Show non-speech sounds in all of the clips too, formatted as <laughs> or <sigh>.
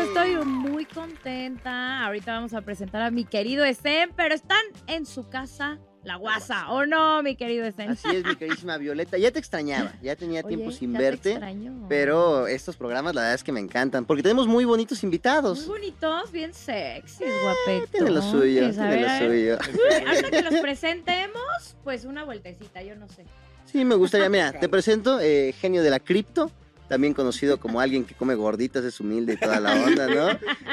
estoy muy contenta. Ahorita vamos a presentar a mi querido Esen, pero están en su casa la guasa, ¿o no, mi querido Esen? Así es, mi queridísima Violeta. Ya te extrañaba, ya tenía tiempo Oye, sin ya te verte. extraño. Pero estos programas, la verdad es que me encantan, porque tenemos muy bonitos Muy invitados. bonitos, bien sexys, Eh, Tiene guapetotes. lo suyo, A tiene ver, a lo ver, suyo. Antes que <laughs> los presentemos, pues una vueltecita, yo no sé. Sí, me gustaría. Mira, Ok. te presento eh, genio de la cripto, también conocido como alguien que come gorditas, es humilde y toda la onda, ¿no?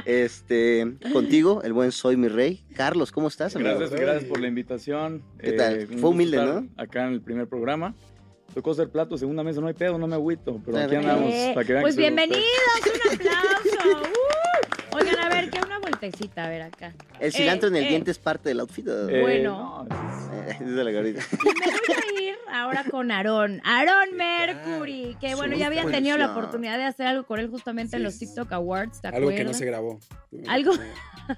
Este, contigo, el buen soy mi rey. Carlos, ¿cómo estás? amigo? Gracias, gracias por la invitación. Eh, ¿Qué tal? un Fue gusto humilde, estar ¿no? Acá en el primer programa. Tocó ser plato, segunda mesa, no hay pedo, no me agüito, pero aquí Claro. andamos Eh, para que vean pues que soy bienvenidos, usted. un aplauso. ¡Uh! Oigan, a ver, que una vueltecita, a ver acá. El cilantro Eh, en el eh. diente es parte del outfit. ¿o? Eh, Bueno. no, Eh, es de la gordita. Y <laughs> me voy a ir ahora con Aarón. Aarón Mercury, que bueno, ya habían tenido la Súper. oportunidad de hacer algo con él justamente en Sí. los TikTok Awards, ¿te Algo que no acuerdas? se grabó. Algo.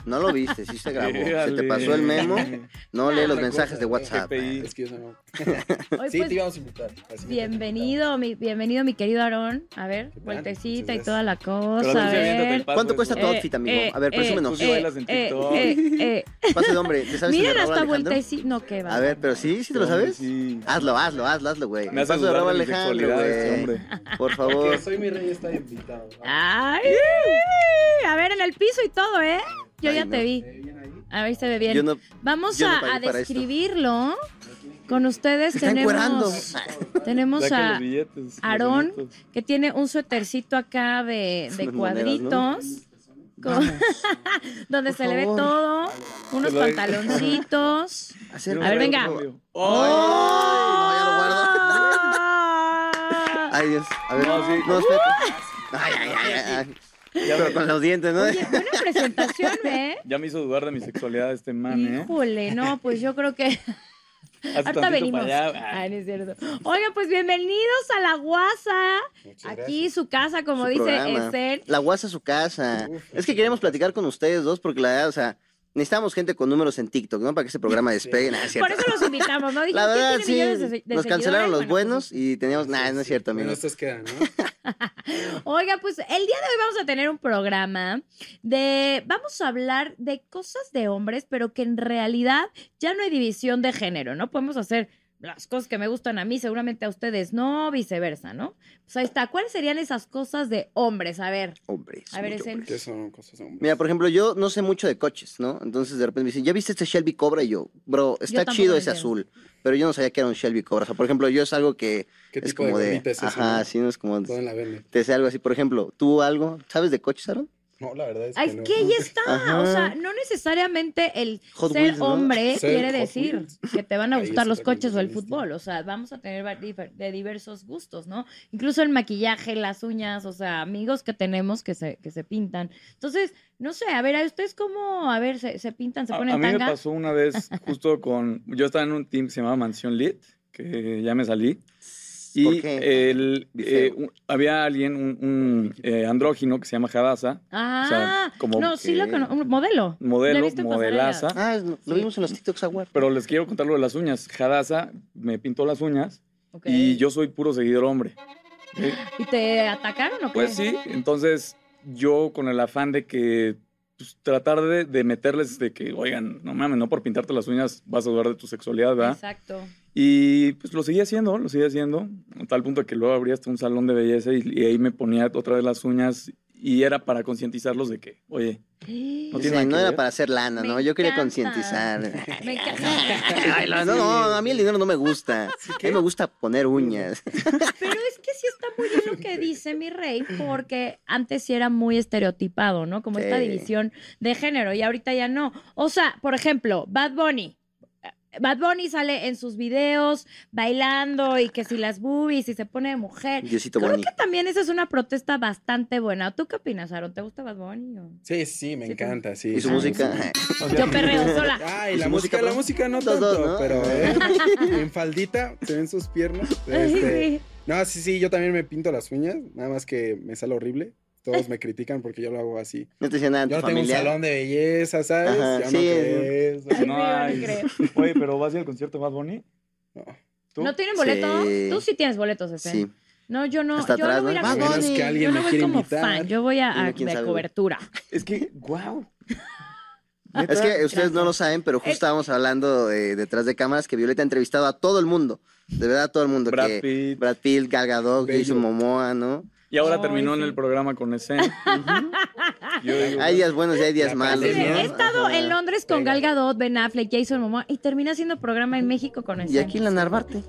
No lo viste, sí se grabó. Se te Fíjale. pasó el memo. Ah, No lee los Otra mensajes cosa, de eh, WhatsApp. GPI. Es que yo no. Hoy, sí, pues, te íbamos a invitar. así me bienvenido, mi, bienvenido, mi querido Aarón. A ver, tal? vueltecita Muchas y toda la Pero cosa. A sí, aviéntate el ver. paso ¿Cuánto de cuesta su- tu outfit, amigo? A ver, presúmenos. Tú sí bailas en TikTok. <laughs> eh, eh. Pase de hombre, ¿te sabes el de Miren Raúl hasta Alejandro? vueltecita. No, qué va. A ver, pero sí, ¿sí te lo sabes? Sí. Hazlo, hazlo, hazlo, hazlo, güey. Me hace Paso de dudar Raúl de mi Alejandro, sexualidad este güey. hombre. Por Que favor. soy mi rey está invitado. ¿no? Ah, Ay, a ver, en el piso y todo, ¿eh? Yo Ay, ya no. te vi. Eh, bien ahí. A ver, se ve <laughs> bien. Yo no. Vamos yo no a- pagué a, para esto. describirlo. Con ustedes Está encuerando. tenemos, tenemos Saca los a billetes, los Aarón. bonitos. que tiene un suétercito acá de, de Unas monedas, ¿no? cuadritos. con- <laughs> donde Por se le ve favor. todo, unos Te lo doy. pantaloncitos. Hacer- A ver, venga. ¡Ay! no, ya lo guardo. ¡Ah! Ay, Dios. A ver, No, no, sí. Uh. espérate. <laughs> Ay, ay, ay, ay, ay. Ya Pero me- con los dientes, <laughs> ¿no? Oye, buena presentación, ¿eh? Ya me hizo dudar de mi sexualidad este man, ¿eh? Híjole, no, pues yo creo que Hace ahorita tantito venimos. para allá. Ay, no es cierto. Oigan, pues bienvenidos a La Guasa. Muchas Aquí su casa, como Su dice programa. Esther. La guasa a su casa. Uf. es que queremos platicar con ustedes dos porque la verdad, o sea, necesitamos gente con números en TikTok, ¿no? Para que ese programa despegue. Nah, es Por cierto. eso los invitamos, <laughs> ¿no? Dijimos, La "¿Quién verdad, tiene sí. millones de se- de Nos cancelaron los seguidores?" Bueno, pues, buenos y teníamos. Nah, no es cierto, Bueno, amigo. estos quedan, ¿no? <laughs> Oiga, pues el día de hoy vamos a tener un programa de. Vamos a hablar de cosas de hombres, pero que en realidad ya no hay división de género, ¿no? Podemos hacer las cosas que me gustan a mí, seguramente a ustedes no, viceversa, ¿no? Pues ahí está. ¿Cuáles serían esas cosas de hombres? A ver. Hombres. Pues A ver, mucho Esen. hombres. Que son cosas de hombres. Mira, por ejemplo, yo no sé mucho de coches, ¿no? Entonces de repente me dicen, ¿ya viste este Shelby Cobra? Y yo, bro, está tampoco chido lo ese entiendo. azul, pero yo no sabía que era un Shelby Cobra. O sea, por ejemplo, yo es algo que ¿Qué es tipo de como de... gordita es esa, ajá, no? sí, no es como... Todo en la verde. Te sé algo así, por ejemplo, ¿tú algo? ¿Sabes de coches, Aaron? No, la verdad es Ah, que Ay, no. es que ahí está. Ajá. O sea, no necesariamente el Hot ser Wheels, ¿no? hombre Ser quiere Hot decir Wheels. que te van a Ahí gustar los está con coches o el el listo. fútbol. O sea, vamos a tener va- difer- de diversos gustos, ¿no? Incluso el maquillaje, las uñas, o sea, amigos que tenemos que se, que se pintan. Entonces, no sé, a ver, ¿a ustedes cómo, a ver, se, se pintan, se A, ponen a mí me tanga? pasó <laughs> una vez justo con... Yo estaba en un team que se llamaba Mansión Lit, que ya me salí. ¿Por Y qué? el, Bifeo. eh, un- había alguien, un, un, eh, andrógino que se llama Jadasa, Ah, o sea, como no, sí lo que- conozco, un modelo. La he modelo, visto en modelaza. pasarelas. Ah, es- lo vimos en los TikToks Award. Pero les quiero contar lo de las uñas. Jadasa me pintó las uñas Ok. y yo soy puro seguidor hombre. ¿sí? ¿Y te atacaron o qué? Pues sí, entonces yo con el afán de que pues, tratar de, de meterles de que, oigan, no mames, no por pintarte las uñas vas a dudar de tu sexualidad, ¿verdad? Exacto. Y pues lo seguía haciendo, lo seguía haciendo, a tal punto que luego abría hasta un salón de belleza y, y ahí me ponía otra vez las uñas y era para concientizarlos de que, oye, O No sea, tiene nada no que era ver. para hacer lana, Me ¿no? Yo quería encanta. concientizar. <laughs> Me encanta. Ay, la- no, no, a mí el dinero no me gusta. A mí me gusta <laughs> poner uñas. Pero es que sí está muy bien lo que <laughs> dice mi rey, porque antes sí era muy estereotipado, ¿no? Como esta Sí. división de género y ahorita ya no. O sea, por ejemplo, Bad Bunny. Bad Bunny sale en sus videos bailando y que si las boobies y se pone de mujer. Diosito Creo Bonnie. que también esa es una protesta bastante buena. ¿Tú qué opinas, Aaron? ¿Te gusta Bad Bunny? o? <laughs> Sí, sí, me Sí, te- encanta, sí. pues, Y su sí, música. sí. <laughs> Yo perreo sola. Ay, ¿Y la su música, música, la bro? música no Los tanto, dos, ¿no? pero eh, <laughs> <laughs> en faldita se ven sus piernas. este, Ay, sí. No, sí, sí, yo también me pinto las uñas, nada más que me sale horrible. Todos me critican porque yo lo hago así. No te decía nada en Yo tu no tengo un familia. salón de belleza, ¿sabes? Ajá, yo no sí, creo eso. Ay, no sí, yo no hay. creo. Oye, pero vas a ir al concierto más bonito. No. ¿Tú? ¿No tienen boleto? Sí. Tú sí tienes boletos, Efe. Sí. No, yo no, Hasta yo no atrás, voy a ir ¿no? a Bad cubrir- Bunny. que Yo alguien no me voy quiere como invitar. fan, yo voy a, Uno a- quién de sabe, güey. cobertura. Es que, wow. Es que ustedes no Gracias. lo saben, pero Eh. justo estábamos hablando eh, detrás de cámaras que Violeta ha entrevistado a todo el mundo. De verdad, a todo el mundo. Brad que Pitt. Brad Pitt, Gal Gadot, Bello. Jason Momoa, ¿no? Y ahora Ay, terminó en sí. el programa con ese. Yo digo, Hay días buenos y hay días La malos, Así ¿no? de, he estado Ajá. en Londres con Venga. Gal Gadot, Ben Affleck, Jason Momoa y termina haciendo programa en México con Y ese. aquí en <laughs> la Narvarte.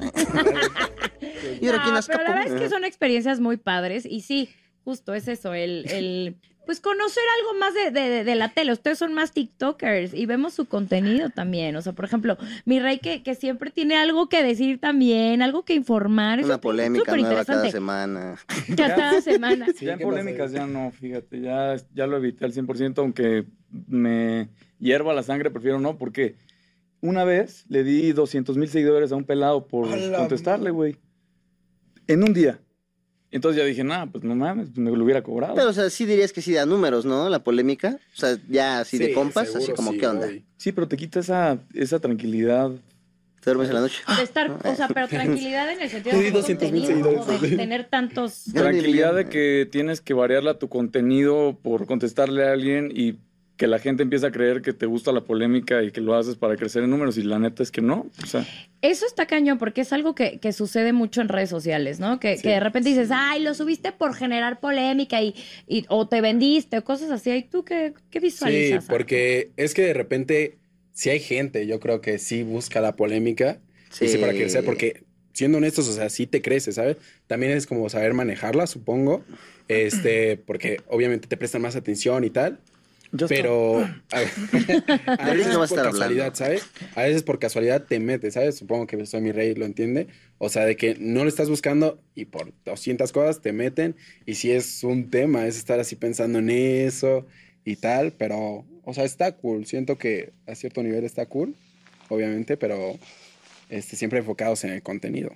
<laughs> y ahora aquí No, en pero la Azcapo. verdad es que son experiencias muy padres y sí, justo es eso, el, el pues conocer algo más de, de- de- de la tele. Ustedes son más TikTokers y vemos su contenido también. O sea, por ejemplo, mi rey que, que siempre tiene algo que decir también, algo que informar. Eso Una es polémica nueva cada superinteresante. semana. Ya cada semana. Sí, ya en ¿qué pasa, polémicas güey? ya no, fíjate, ya, ya lo evité al 100%, aunque me hierva la sangre, prefiero no, porque una vez le di 200 mil seguidores a un pelado por ¡A la contestarle, güey. En un día. Entonces ya dije, nada, pues no mames, pues me lo hubiera cobrado. Pero, o sea, sí dirías que sí da números, ¿no? La polémica. O sea, ya así de Sí, compas, así seguro como, sí, ¿qué onda? güey. sí, pero te quita esa, esa tranquilidad. ¿Te duermes en la noche? De estar, o sea, pero tranquilidad en el sentido Tú de, di 200,000 contenido, seguidores. de tener tantos. Ya ni Tranquilidad de millón, que tienes que variarla tu contenido por contestarle a alguien y que la gente empieza a creer que te gusta la polémica y que lo haces para crecer en números y la neta es que no. O sea, Eso está cañón porque es algo que, que sucede mucho en redes sociales, ¿no? Que, Sí. que de repente dices, ay, lo subiste por generar polémica y, y- o te vendiste o cosas así. ¿Y tú qué, qué Sí, visualizas? porque es que de repente, si hay gente, yo creo que sí busca la polémica. Sí. Y sí para crecer, porque siendo honestos, o sea, sí te crece, ¿sabes? También es como saber manejarla, supongo. Este, porque obviamente te prestan más atención y tal. yo hasta- <clears throat> Pero a, a De Riz veces no va a por estar casualidad, hablando. ¿sabes? A veces por casualidad te metes, ¿sabes? Supongo que soy mi rey, lo entiende. O sea, de que no lo estás buscando y por 200 cosas te meten. Y si es un tema, es estar así pensando en eso y tal. Pero, o sea, está cool. Siento que a cierto nivel está cool, obviamente, pero este, siempre enfocados en el contenido.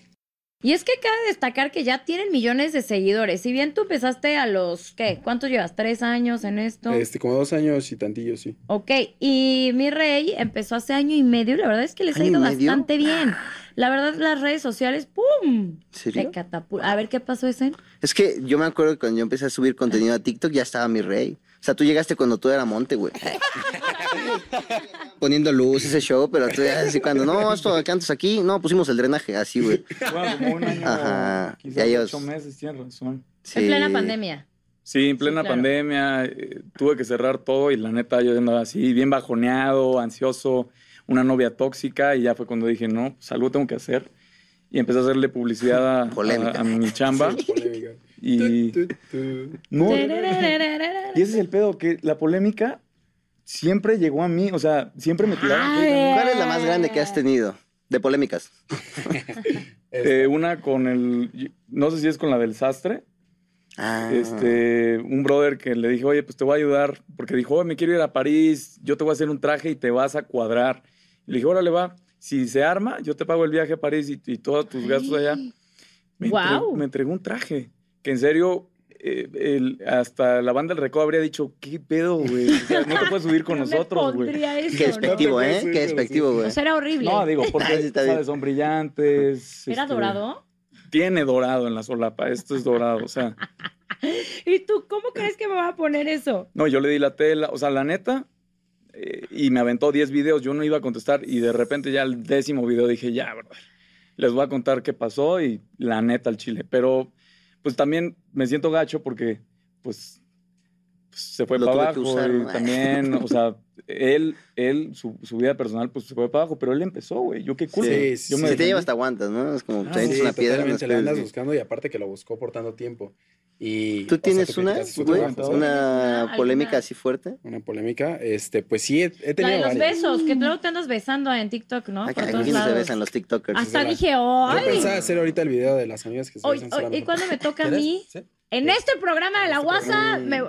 Y es que cabe destacar que ya tienen millones de seguidores. Si bien tú empezaste a los, ¿qué? ¿Cuántos llevas? ¿Tres años en esto? Este, como dos años y tantillo, sí. Ok, y mi rey empezó hace año y medio y la verdad es que les ha ¿Año y ido medio? bastante bien. La verdad, las redes sociales, ¡pum! ¿En serio? Te catapulta. A ver qué pasó ese. Es que yo me acuerdo que cuando yo empecé a subir contenido a TikTok ya estaba mi rey. O sea, tú llegaste cuando tú era monte, <laughs> güey. Poniendo luz ese show, pero tú ya así cuando, no, esto cantas aquí, no, pusimos el drenaje, así, güey. Bueno, como un año, Ajá, quizás ya llevas- ocho meses, tienes razón. Sí. En plena pandemia. Sí, en plena claro. pandemia eh, tuve que cerrar todo y la neta yo andaba así, bien bajoneado, ansioso, una novia tóxica y ya fue cuando dije, no, pues algo tengo que hacer. Y empecé a hacerle publicidad <laughs> a, Polémica. a- a mi chamba Polémica. y... Tu, tu, tu. No, y ese es el pedo, que la polémica siempre llegó a mí, o sea, siempre me Ah, tiraron. hate a mí. eh. ¿Cuál es la más grande que has tenido? De polémicas. Eh, una con el, no sé si es con la del sastre, Ah, este, un brother que le dije, oye, pues te voy a ayudar, porque dijo, oye, me quiero ir a París, yo te voy a hacer un traje y te vas a cuadrar. Le dije, órale, va, si se arma, yo te pago el viaje a París y, y todos tus gastos allá. Me, entre- Guau. me entregó un traje, que en serio, eh, el- hasta la banda del Recodo habría dicho, ¿qué pedo, güey? O sea, no te puedes <laughs> subir con nosotros, güey. Qué despectivo, No te ¿eh? puedes ir, Qué pero sí. despectivo, güey. O sea, era horrible. No, digo, Ah, porque sí, está bien. ¿sabes? son brillantes. ¿Era este, dorado? Tiene dorado en la solapa, esto es dorado, o sea. ¿Y tú cómo crees que me va a poner eso? No, yo le di la tela, o sea, la neta, eh, y me aventó 10 videos, yo no iba a contestar, y de repente ya el décimo video dije, ya, brother, les voy a contar qué pasó, y la neta al chile. Pero, pues también me siento gacho porque, pues, pues, se fue Lo para tuve que abajo, usar, y ¿no? <laughs> también, o sea, él, él su, su vida personal, pues se fue para abajo, pero él empezó, güey, yo qué culpa. Sí, sí, yo si te defendí. llevas, te aguantas, ¿no? Es como, Ah, te avientas Sí, una piedra. no totalmente, la andas esperes. buscando y aparte que lo buscó por tanto tiempo. Y, ¿Tú o sea, tienes una, criticas su güey? trabajo, ¿sabes? ¿Tienes una? ¿Una ¿Alguna? polémica así fuerte? Una polémica. Este, pues sí, he, he La tenido de los varias. besos, que luego te andas besando en TikTok, ¿no? Aquí Por no todos se lados. Ah, besan los TikTokers. Hasta ¿verdad? dije, Yo ¡ay! pensaba hacer ahorita el video de las amigas que se Hoy- besan hoy- solamente. ¿Y cuando me toca a ¿Quieres? mí? ¿Sí? En este programa de la Este programa. WhatsApp me...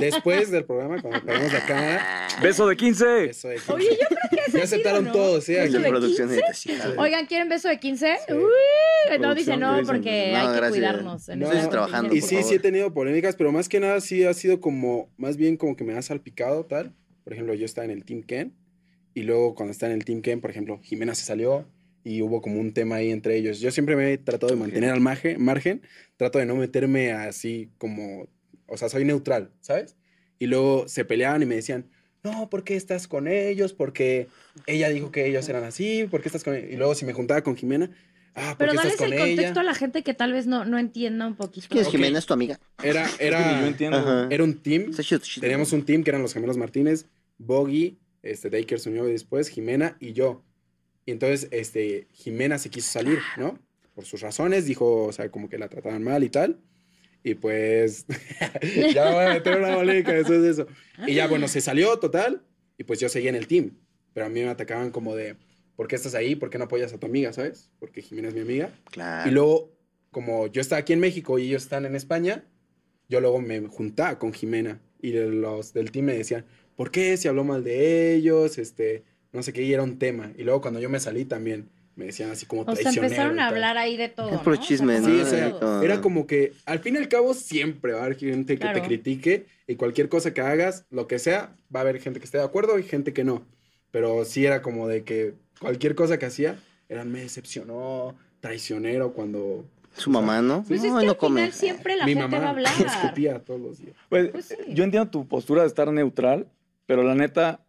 Después del programa, cuando apagamos la cámara, Ah. Beso de 15. eso de Oye, yo creo que es ya aceptaron ¿no? todos, ¿sí? Eso En de la producción de sí, Sí. Oye, Oigan, ¿quieren beso de 15? Sí. Uy, no dice Producción, no, dicen, porque no, hay que gracias. cuidarnos. en No, este estoy trabajando, Y por sí, favor. sí he tenido polémicas, pero más que nada sí ha sido como, más bien como que me ha salpicado tal. Por ejemplo, yo estaba en el Team Ken y luego cuando estaba en el Team Ken, por ejemplo, Jimena se salió y hubo como un tema ahí entre ellos. Yo siempre me he tratado de mantener al margen, margen, trato de no meterme así como, o sea, soy neutral, ¿sabes? Y luego se peleaban y me decían, no, ¿por qué estás con ellos? Porque ella dijo que ellos eran así, ¿por qué estás con ellos? Y luego si me juntaba con Jimena, ah, ¿por Pero qué dales estás con el ella? contexto a la gente que tal vez no, no entienda un poquito. ¿Quién es Ok. Jimena? ¿Es tu amiga? Era, Ni yo era, entiendo. Ajá. era un team Está chido, está chido. Teníamos un team que eran los gemelos Martínez, Boggy, este, Daker se unió después, Jimena y yo. Y entonces, este, Jimena se quiso salir, ¿no? Por sus razones, dijo, o sea, como que la trataban mal y tal. Y pues, <laughs> ya me voy a meter una boleca después de eso. Y ya, bueno, se salió total. Y pues yo seguía en el team. Pero a mí me atacaban como de, ¿por qué estás ahí? ¿Por qué no apoyas a tu amiga, sabes? Porque Jimena es mi amiga. Claro. Y luego, como yo estaba aquí en México y ellos están en España, yo luego me juntaba con Jimena y de los del team me decían, ¿por qué? Si habló mal de ellos, este, no sé qué, y era un tema. Y luego cuando yo me salí también, me decían así como O sea, traicionero. empezaron y a tal. hablar ahí de todo. Es puro ¿no? chisme, como ¿no? de Sí, o sea, todo. Era como que, al fin y al cabo, siempre va a haber gente que Claro. te critique y cualquier cosa que hagas, lo que sea, va a haber gente que esté de acuerdo y gente que no. Pero sí era como de que cualquier cosa que hacía, eran me decepcionó, traicionero, cuando Su mamá, ¿no? Pues es no, que no al final siempre la mi gente mamá va a hablar. me <laughs> escupía todos los días. Pues, Pues sí. yo entiendo tu postura de estar neutral, pero la neta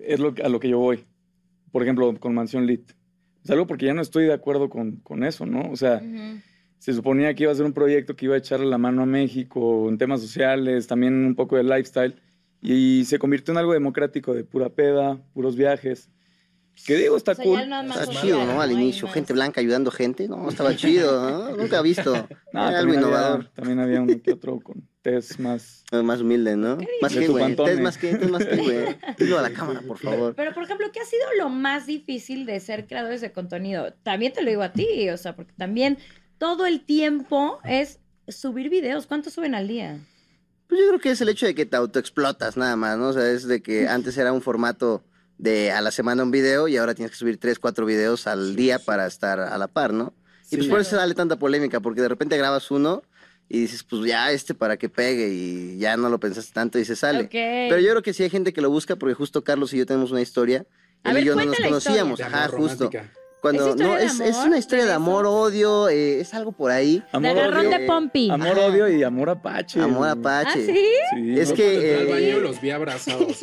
es lo, que- a lo que yo voy. Por ejemplo, con Mansión Lit. Es algo porque ya no estoy de acuerdo con, con eso, ¿no? O sea, Ujú. se suponía que iba a ser un proyecto que iba a echarle la mano a México en temas sociales, también un poco de lifestyle, y se convirtió en algo democrático de pura peda, puros viajes. Que digo, está O sea, ya cool. nada más Está social, chido, ¿no? Al Hay inicio, más. gente blanca ayudando gente, ¿no? Estaba chido, ¿no? Nunca he visto. No, Era algo también había- innovador. también había uno que otro con test más. Eh, Más humilde, ¿no? Más De que, tu güey. pantone. Tés más que, tés más que, güey. Dilo a la cámara, por favor. Pero, por ejemplo, ¿qué ha sido lo más difícil de ser creadores de contenido? También te lo digo a ti, o sea, porque también todo el tiempo es subir videos. ¿Cuántos suben al día? Pues yo creo que es el hecho de que te autoexplotas nada más, ¿no? O sea, es de que antes era un formato de a la semana un video y ahora tienes que subir tres, cuatro videos al día para estar a la par, ¿no? Y pues por eso se dale tanta polémica, porque de repente grabas uno y dices, pues ya este para que pegue y ya no lo pensaste tanto y se sale. Ok. Pero yo creo que sí hay gente que lo busca porque justo Carlos y yo tenemos una historia. A Él ver, y yo no cuenta nos la conocíamos, De ajá, amor justo. romántica. Cuando, ¿Es historia no, de es, es amor? una historia de ¿De eso? amor, odio, eh, es algo por ahí. De Amor, agarrón odio, de Ah. Pompi. eh, amor, odio y amor apache. Amor ¿Ah, apache. sí? Sí, Es no, que, Entré al eh, baño, los vi abrazados,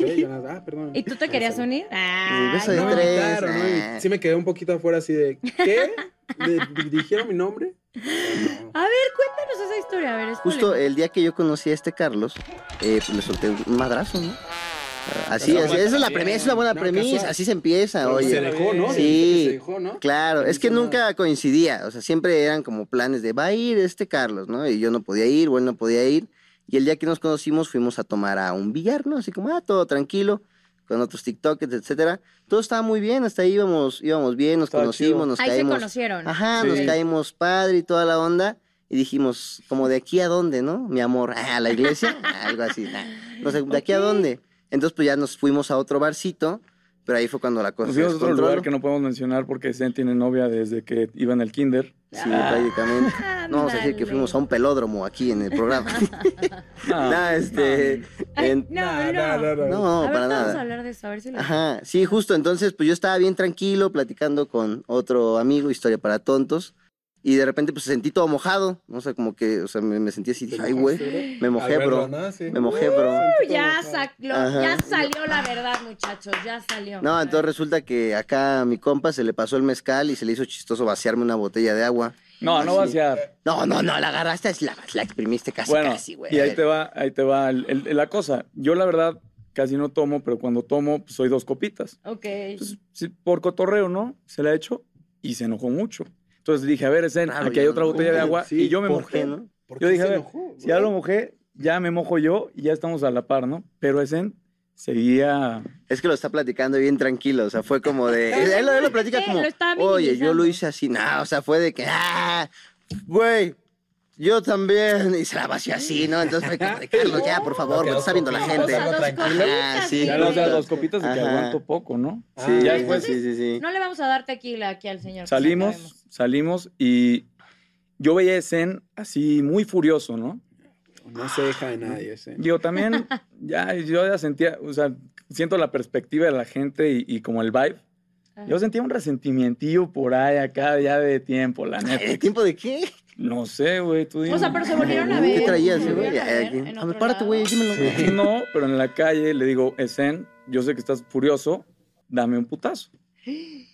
<laughs> ¿eh? Yo nada, ah, perdón. ¿Y tú te querías unir? El beso Ay, de No me tres. invitaron, ¿no? Y ah. sí me quedé un poquito afuera así de, ¿qué? ¿Le dijeron mi nombre? No. Ah, A ver, cuéntanos pues, esa historia. A ver, es Justo eh, polémica. el día que yo conocí a este Carlos, eh, pues le solté un madrazo, ¿no? Ah, Así, Pero así, bueno, esa es la también, premisa, es una buena no, premisa, casual. así se empieza, Pero oye. Se dejó, ¿no? Sí. Dijiste que Se dejó, ¿no? Claro, No es que hizo nunca coincidía, o sea, siempre eran como planes de va a ir este Carlos, ¿no? Y yo no podía ir, o él no podía ir. Y el día que nos conocimos fuimos a tomar a un billar, ¿no? Así como, ah, todo tranquilo, con otros TikTokers, etcétera. Todo estaba muy bien, hasta ahí íbamos, íbamos bien, nos Estaba conocimos, chido. nos Ahí se caímos. conocieron. Ajá, Sí. nos caímos padre y toda la onda. Y dijimos, como de aquí a dónde, ¿no? Mi amor, ah, a la iglesia, <laughs> algo así. nah. No sé, de aquí a Ok. dónde. Entonces, pues ya nos fuimos a otro barcito, pero ahí fue cuando la cosa Nos se fuimos a otro descontroló. lugar que no podemos mencionar porque Zen tiene novia desde que iba en el kinder. Sí, <laughs> prácticamente. Ah, No vamos a decir que Ándale. fuimos a un pelódromo aquí en el programa. Ah, Nah, este. <laughs> Ay, en- No, no. No, no, no. no, a ver, vamos para a nada. hablar de eso, a ver si lo... Ajá, sí, justo. Entonces, pues yo estaba bien tranquilo platicando con otro amigo, historia para tontos. Y de repente, pues sentí todo mojado. No sé, como que, o sea, me, me sentí así, dije, ay, güey. Me Ah, mojé, bro. Me mojé, bro. Uy, ya, saclo- Ajá. ya salió la verdad, muchachos, ya salió. No, entonces resulta que acá a mi compa se le pasó el mezcal y se le hizo chistoso vaciarme una botella de agua. No, no vaciar. No, no, no, la agarraste, la, la exprimiste casi, Bueno, casi, güey. y ahí te va, ahí te va el- el- la cosa. Yo la verdad casi no tomo, pero cuando tomo pues, soy dos copitas. Ok. pues, Entonces, sí, por cotorreo, ¿no? Se la echó y se enojó mucho. Entonces dije, a ver, Zen, Claro, aquí hay yo otra no- botella de agua Sí, y yo me Ah, ¿Por qué, mojé. no? Yo dije, a ver, Si ya lo mojé, ya me mojo yo y ya estamos a la par, ¿no? Pero Zen seguía... Es que lo está platicando bien tranquilo, o sea, fue como <laughs> de... Él, él lo- él lo platica Sí, como, lo está oye, yo minimizando". lo hice así, no, o sea, fue de que, ah, güey, yo también, y se la vació así, ¿no? Entonces fue <laughs> como de, Carlos, ya, por favor, me está viendo la O gente. sea, dos Tranquilo. copitas, Ah, sí. sí. Ya las dos copitas de que Ajá. aguanto poco, ¿no? Sí, Ah, ya entonces- después sí, sí, sí. No le vamos a dar tequila aquí al señor. pues, acabemos. Salimos, salimos y yo veía a Zen así muy furioso, ¿no? No se deja de nadie, sí. Yo <laughs> también, ya, yo ya sentía, o sea, siento la perspectiva de la gente y, y como el vibe. Ah. Yo sentía un resentimientillo por ahí, acá, ya de tiempo, la neta. ¿Eh, ¿Tiempo de qué? No sé, güey, tú dime. O sea, pero se volvieron a ¿Qué ver. traías, se eh, güey? volvieron Ya, ver ya, en A ver, otro párate, lado. güey, dímelo. Sí, No, pero en la calle le digo, Esen, yo sé que estás furioso, dame un putazo.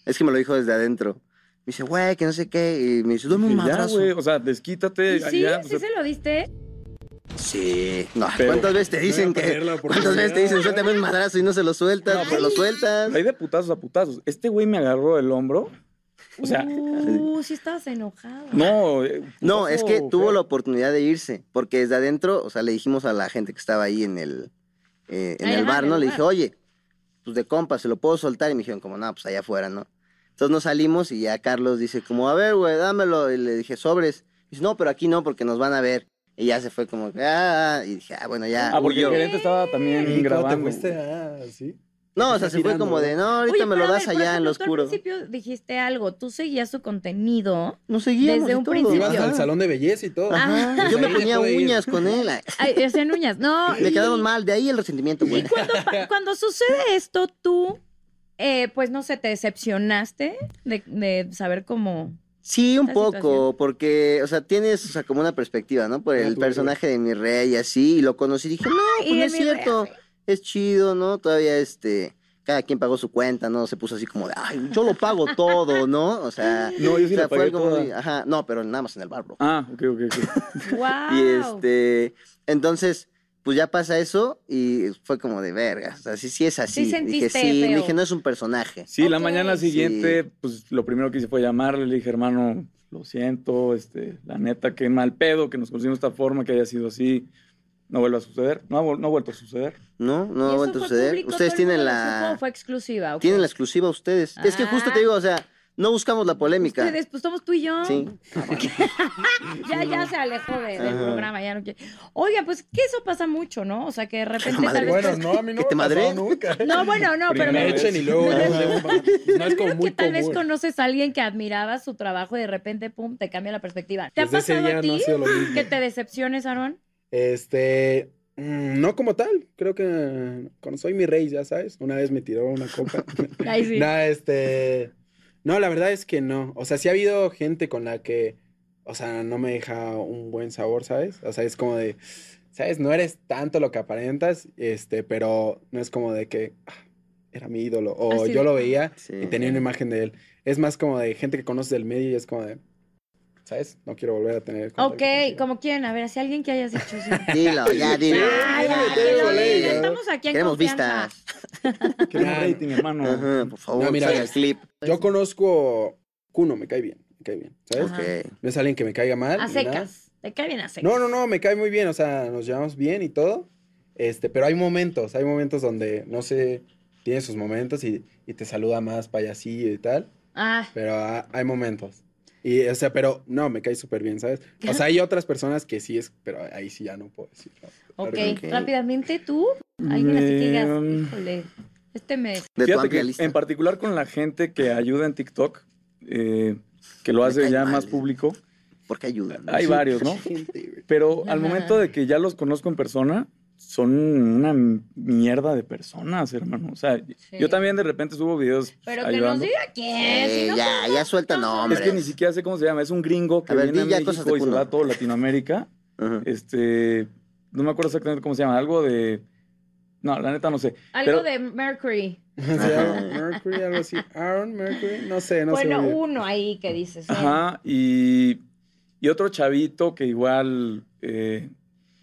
Es que me lo dijo desde adentro. Me dice, güey, que no sé qué. Y me dice, dame Y un ya, madrazo. güey, o sea, desquítate. ¿Y sí? ya, pues, o ¿Sí sea, se lo diste? Sí. No, Pero- ¿cuántas veces te dicen Voy a que.? perder la ¿Cuántas veces te dicen, oportunidad, suéltame un madrazo y no se lo sueltas? No, pues, pero lo sueltas. Hay de putazos a putazos. Este güey me agarró el hombro. O sea, Uh, sí estabas enojado. no. eh, No, putazo es que tuvo feo. la oportunidad de irse, porque desde adentro, o sea, le dijimos a la gente que estaba ahí en el, eh, en Ahí, el ajá, bar, en ¿no? el Le dije, bar. oye, pues de compa, ¿se lo puedo soltar? Y me dijeron, como, no, pues allá afuera, ¿no? Entonces nos salimos y ya Carlos dice, como, a ver, güey, dámelo. Y le dije, sobres. dice, no, pero aquí no, porque nos van a ver. Y ya se fue como, ah, y dije, ah, bueno, ya. Ah, porque huyó. el gerente estaba también ¿Y cómo te grabando. fuiste? Ah, sí. No, o sea, se fue Girando, como de, no, ahorita Oye, me pero lo a das ver, por allá en lo ejemplo, oscuro. Tú al principio dijiste algo, tú seguías su contenido. No seguíamos desde y un todo. principio. Ibas al salón de belleza y todo. Ah. Ajá, y Yo me Ahí le ponía puede ir. uñas con él. ay, Ay, hacían uñas. <laughs> No. Le y- quedaron mal, de ahí el resentimiento, güey. Y cuando, pa- cuando sucede esto, tú, eh, pues no sé, te decepcionaste de, de saber cómo. Sí, un la poco, situación. porque, o sea, tienes, o sea, como una perspectiva, ¿no? Por Ya el tuve. personaje de mi rey y así, y lo conocí y dije, no, pues y no de es mi rey. cierto, es chido, ¿no? Todavía, este, cada quien pagó su cuenta, ¿no? Se puso así como de, ay, yo <laughs> lo pago todo, ¿no? O sea, No, yo o sí sea, la pagué algo toda. muy- ajá, no, pero nada más en el bar, bro. Ah, ok, ok, ok. ¡Wow! <laughs> Y este, entonces, pues ya pasa eso y fue como de verga, o sea, sí, sí es así. dije, sentiste sí, feo. dije, no es un personaje. Sí, la Ok. mañana siguiente, pues lo primero que hice fue llamarle, le dije, hermano, lo siento, este, la neta, qué mal pedo que nos conocimos de esta forma, que haya sido así, no vuelva a suceder, no ha, vuel- no ha vuelto a suceder. No, no ¿Y ha eso vuelto a fue suceder. público? Ustedes ¿Todo el tienen mundo lo supo la. o fue exclusiva? ¿O Tienen qué? la exclusiva ustedes. Es que justo Ah. te digo, o sea, no buscamos la polémica. Ustedes, pues somos tú y yo. Sí. Ya, ya se alejó de- del Ajá. programa, ya no quiere. Oiga, pues que eso pasa mucho, ¿no? O sea, que de repente madre. tal vez. Bueno, no, a mí no ¿Que te me ha madré? pasado nunca. No, bueno, no, pero. Primera Primero me- vez. echen y luego ya <laughs> me- No es como Creo muy que tal vez común. conoces a alguien que admiraba su trabajo y de repente, pum, te cambia la perspectiva. ¿Te ha Desde Pues, ese pasado día a no ti ha sido lo mismo. que te decepciones, Aaron? Este, mm, no como tal, creo que cuando soy mi rey, ya sabes, una vez me tiró una copa. <laughs> Ay, sí. No, este, no, la verdad es que no. O sea, sí ha habido gente con la que, o sea, no me deja un buen sabor, ¿sabes? O sea, es como de, ¿sabes? No eres tanto lo que aparentas, este, pero no es como de que ah, era mi ídolo o Así yo de- lo veía Sí. y tenía una imagen de él. Es más como de gente que conoces del medio y es como de, ¿sabes? No quiero volver a tener contacto Ok, contigo. como quién, a ver, si alguien que hayas dicho sí. Dilo, ya, <laughs> dilo. Ay, ya, ay, te que lo volé, diga, ya. Estamos aquí en Queremos confianza. vistas. Queremos Claro. rating, hermano. Ajá, por favor, No, mira, saca el clip. Yo conozco Cuno, me cae bien, me cae bien, ¿sabes? pues. Ajá. Ok. No es alguien que me caiga mal. A ni nada. secas. Te cae bien a secas. No, no, no, me cae muy bien, o sea, nos llevamos bien y todo. Este, pero hay momentos, hay momentos donde, no sé, tiene sus momentos y, y te saluda más payasillo y tal, Ah, pero ha- hay momentos. Y, o sea, pero no, me cae súper bien, ¿sabes? O sea, hay otras personas que sí es, pero ahí sí ya no puedo decir. ok. Ok. Rápidamente tú, alguien así que digas, Mm. híjole, este me... De tu Fíjate amplia que lista. en particular con la gente que ayuda en TikTok, eh, que lo Me hace cae ya mal. más público, ¿Por qué ayudan? hay varios, ¿no? Pero al Ajá. momento de que ya los conozco en persona, son una mierda de personas, hermano. O sea, Sí. yo también de repente subo videos pues, Pero que nos ayudando. diga quién. si Eh, no, ya, ya suelta Es nombres. que ni siquiera sé cómo se llama. Es un gringo que A ver, viene a di ya México cosas de y se Cuno. va a todo Latinoamérica. Ajá. Este, no me acuerdo exactamente cómo se llama. Algo de... No, la neta no sé. Algo Pero- de Mercury. <laughs> Mercury, algo así. Aaron Mercury, no sé, no bueno, sé. uno ahí que dices. ¿eh? Ajá, y, y otro chavito que igual... eh,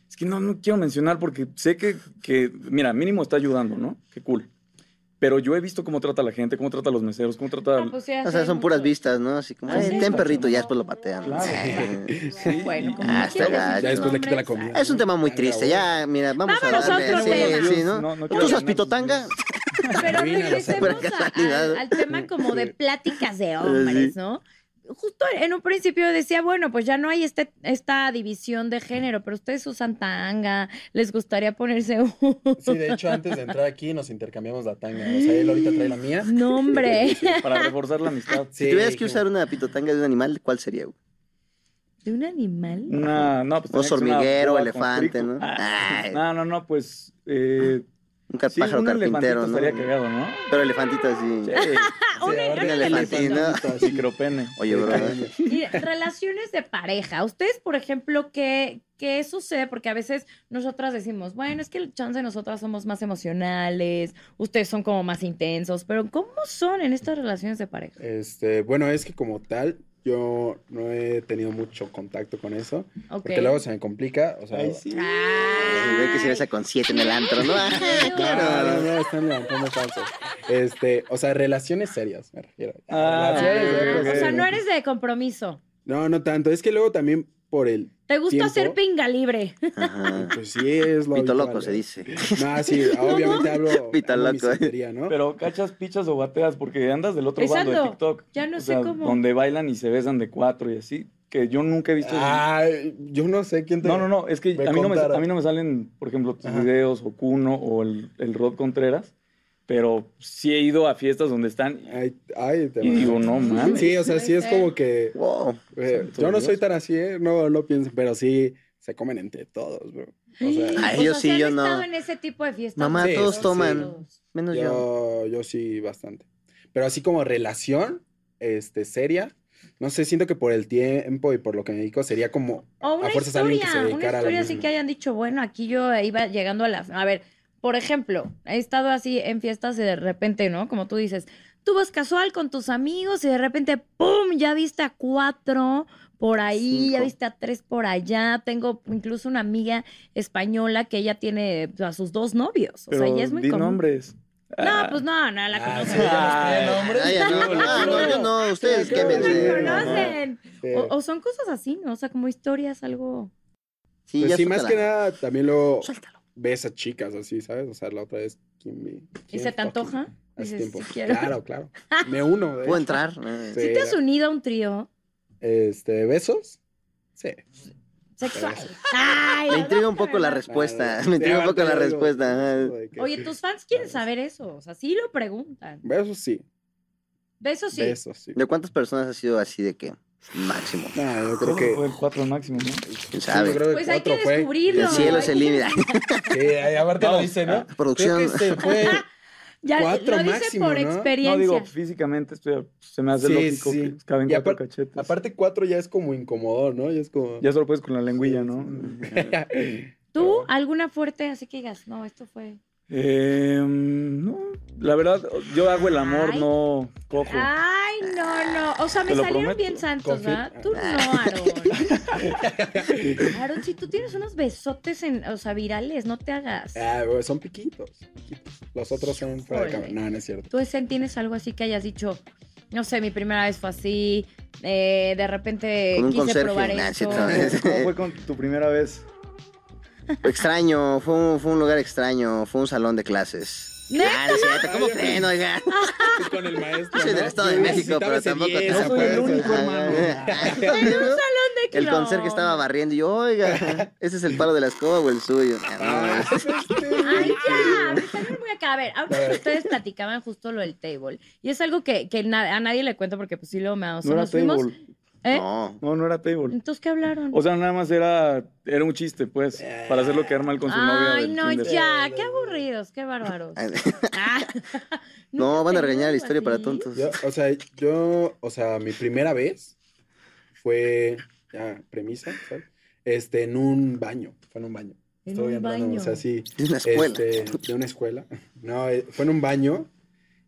es que no, no quiero mencionar porque sé que, que, mira, mínimo está ayudando, ¿no? Qué cool. Pero yo he visto cómo trata a la gente, cómo trata a los meseros, cómo trata... No, al- pues sí, O así sea, hay son puras muchos. vistas, ¿no? Así como, Ah, eh, sí. ten perrito, y ya después lo patean. Claro. <laughs> Sí. Sí, Bueno, y- como Ah, no quiero está decir gacho. Ya después le quita la nombres, comida. Es un tema muy triste. Ya, mira, vamos a Vámonos a darle. otro tema. Sí, sí, ¿no? No, no ¿Tú quiero usas ganar. pitotanga? Pero Adivina, lo sé. regresemos Pura a- casualidad. al, al tema como de pláticas de hombres, ¿no? Justo en un principio decía, bueno, pues ya no hay este, esta división de género, pero ustedes usan tanga, les gustaría ponerse un... Sí, de hecho, antes de entrar aquí nos intercambiamos la tanga. O sea, él ahorita trae <laughs> la mía. No, hombre. Para reforzar la amistad. Si Sí, tuvieras que dijimos, usar una pitotanga de un animal, ¿cuál sería? güey? ¿De un animal? Una, no, pues tenía Oso que ser una hormiguero, boa elefante, constrictor. ¿no? Ah, Ay. no, no, no, pues eh, Un Sí, Ah, pájaro un carpintero, elefantito ¿no? estaría cagado, ¿no? Pero elefantito así. Ah, un Sí, Un elefante. elefantito. Sí, micropene. Oye, bro. Y relaciones de pareja. Ustedes, por ejemplo, ¿qué, ¿qué sucede? Porque a veces nosotras decimos, bueno, es que el chance de nosotras somos más emocionales, ustedes son como más intensos, pero ¿cómo son en estas relaciones de pareja? Este, bueno, es que como tal, yo no he tenido mucho contacto con eso, Ok. porque luego se me complica, o sea, Ay, sí. Ah. Ay, Ve que se Ay, besa con siete en el antro, ¿no? Ah, No, no, claro. no, están levantando falsos. Este, o sea, relaciones serias, me refiero. Ah, Relaciones ok, serias, ok. O sea, no obviamente. eres de compromiso. No, no tanto. Es que luego también por el. Te gusta Tiempo. hacer pinga libre. <laughs> Ajá. Pues sí, es lo. Pito habitual, loco se ¿eh? dice. No, sí, <laughs> obviamente hablo. Pito hablo mi loco, ¿eh? sinceridad, ¿no? Pero cachas, pichas o bateas, porque andas del otro Exacto. bando de TikTok. Ya no O sé sea, cómo. Donde bailan y se besan de cuatro y así, que yo nunca he visto. eso. Ay, yo no sé quién te. No, no, no, es que Ah, Me a mí no, me, contaron. a mí no me salen, por ejemplo, tus Ajá. videos o Cuno o el, el Rod Contreras, pero sí he ido a fiestas donde están Ay, ay, Ah, te y digo, no mames. Sí, o sea, sí es como que. Wow. eh, Santo yo no soy Dios. tan así, ¿eh? No lo pienso, pero sí se comen entre todos, bro. O sea, Ay, O Ah, yo sea, sí, ¿se han yo no. estado en ese tipo de fiestas? Mamá, Sí, todos sí, toman. Menos yo. yo, yo sí, bastante. Pero así como relación, este, seria. No sé, siento que por el tiempo y por lo que me dedico sería como O una a fuerzas alguien que historia, una se dedicara a lo historia así mismo. que hayan dicho, bueno, aquí yo iba llegando a la... A ver, por ejemplo, he estado así en fiestas y de repente, ¿no? Como tú dices, tú vas casual con tus amigos y de repente, ¡pum! Ya viste a cuatro por ahí, ya Cinco. viste a tres por allá. Tengo incluso una amiga española que ella tiene pues, a sus dos novios. O Pero sea, ya es muy di común. nombres. No, pues no, no la Ah, conocen. sí, Ay, Ay, ya no. Yo, Ah, no, yo. yo no. Ustedes Sí, No claro. quémense. la Sí, mamá. conocen. Sí. O, o son cosas así, ¿no? O sea, como historias, algo... Sí, Pues ya sí, más suéltala. que nada, también lo ves a chicas así, ¿sabes? O sea, la otra vez, ¿quién me- ¿Y quién se te fucking- antoja? Hace Dices, tiempo. Ah, "Sí quiero". <laughs> Claro, claro. Me uno. ¿Puedo de hecho. entrar? eh. Ah, Sí. ¿Sí te has unido a un trío Este, ¿besos? Sí. sexual? Ay, Me intriga un no, poco la no. respuesta. Ah, <laughs> Me intriga un sí, poco la ahorita digo, respuesta. ajá. de que- Oye, tus fans quieren Claro. saber eso. O sea, sí lo preguntan. Besos sí. Besos sí. Besos sí. ¿De cuántas personas ha sido así de que máximo? No, yo Creo creo que. fue el cuatro máximo, ¿no? ¿Quién sí, sabe? yo creo Pues hay que cuatro fue. descubrirlo. El cielo es el límite. Sí, ahí aparte lo No, dice, ¿no? Creo que ah, Producción. se <laughs> fue. <laughs> Ya Cuatro lo dice máximo, por ¿no? experiencia. No, digo, físicamente estoy, se me hace Sí, lógico sí. que caben Y cuatro apar- cachetes. Aparte, cuatro ya es como incomodor, ¿no? Ya es como. ya solo puedes con la lengüilla, ¿no? ¿Tú alguna fuerte así que digas, no, esto fue. Eh, no, la verdad, yo hago el amor, Ay. Ah, no cojo. Ay, no, no. O sea, me Te lo salieron prometo. bien santos, Confío- ¿verdad? Tú no, Ah. Aaron. Aaron, si tú tienes unos besotes en, o sea, virales, no te hagas. <laughs> Ah, güey, son piquitos, piquitos. Los otros son fuera de Híjole. cámara. No, no es cierto. ¿Tú, Esen, tienes algo así que hayas dicho, no sé, mi primera vez fue así, eh, de repente Con un quise conserje. probar Nah, esto? sí, no. <laughs> <laughs> ¿Cómo fue con tu primera vez? Extraño, fue un, fue un lugar extraño, fue un salón de clases. ¿Neta? Ah. Ah, no es cierto, ¿cómo creen, oiga? Con el maestro. Soy del Estado de México, pero tampoco No soy el único, hermano. <laughs> El conserje estaba barriendo y yo, <laughs> oiga, ese es el palo de la escoba o el suyo. Ah, este. Ay, ya, me salieron muy acá. A ver, ahorita A ver. que ustedes platicaban justo lo del table. Y es algo que, que na- a nadie le cuento porque pues sí lo me o sea, No era nos fuimos. table. ¿Eh? No. No, no era table. Entonces, ¿qué hablaron? O sea, nada más era, era un chiste, pues, para hacerlo quedar mal con su novia. Ay, del no, fin de- ya, qué aburridos, qué <laughs> bárbaros. No. Ah, No, ¿nunca van a te regañar la algo historia para así? tontos. Yo, o sea, yo, o sea, mi primera vez fue, ya, premisa, ¿sabes? Este, en un baño, fue en un baño. En un Estoy hablando, baño. o sea, sí, Es una escuela. este, de una escuela. No, eh, fue en un baño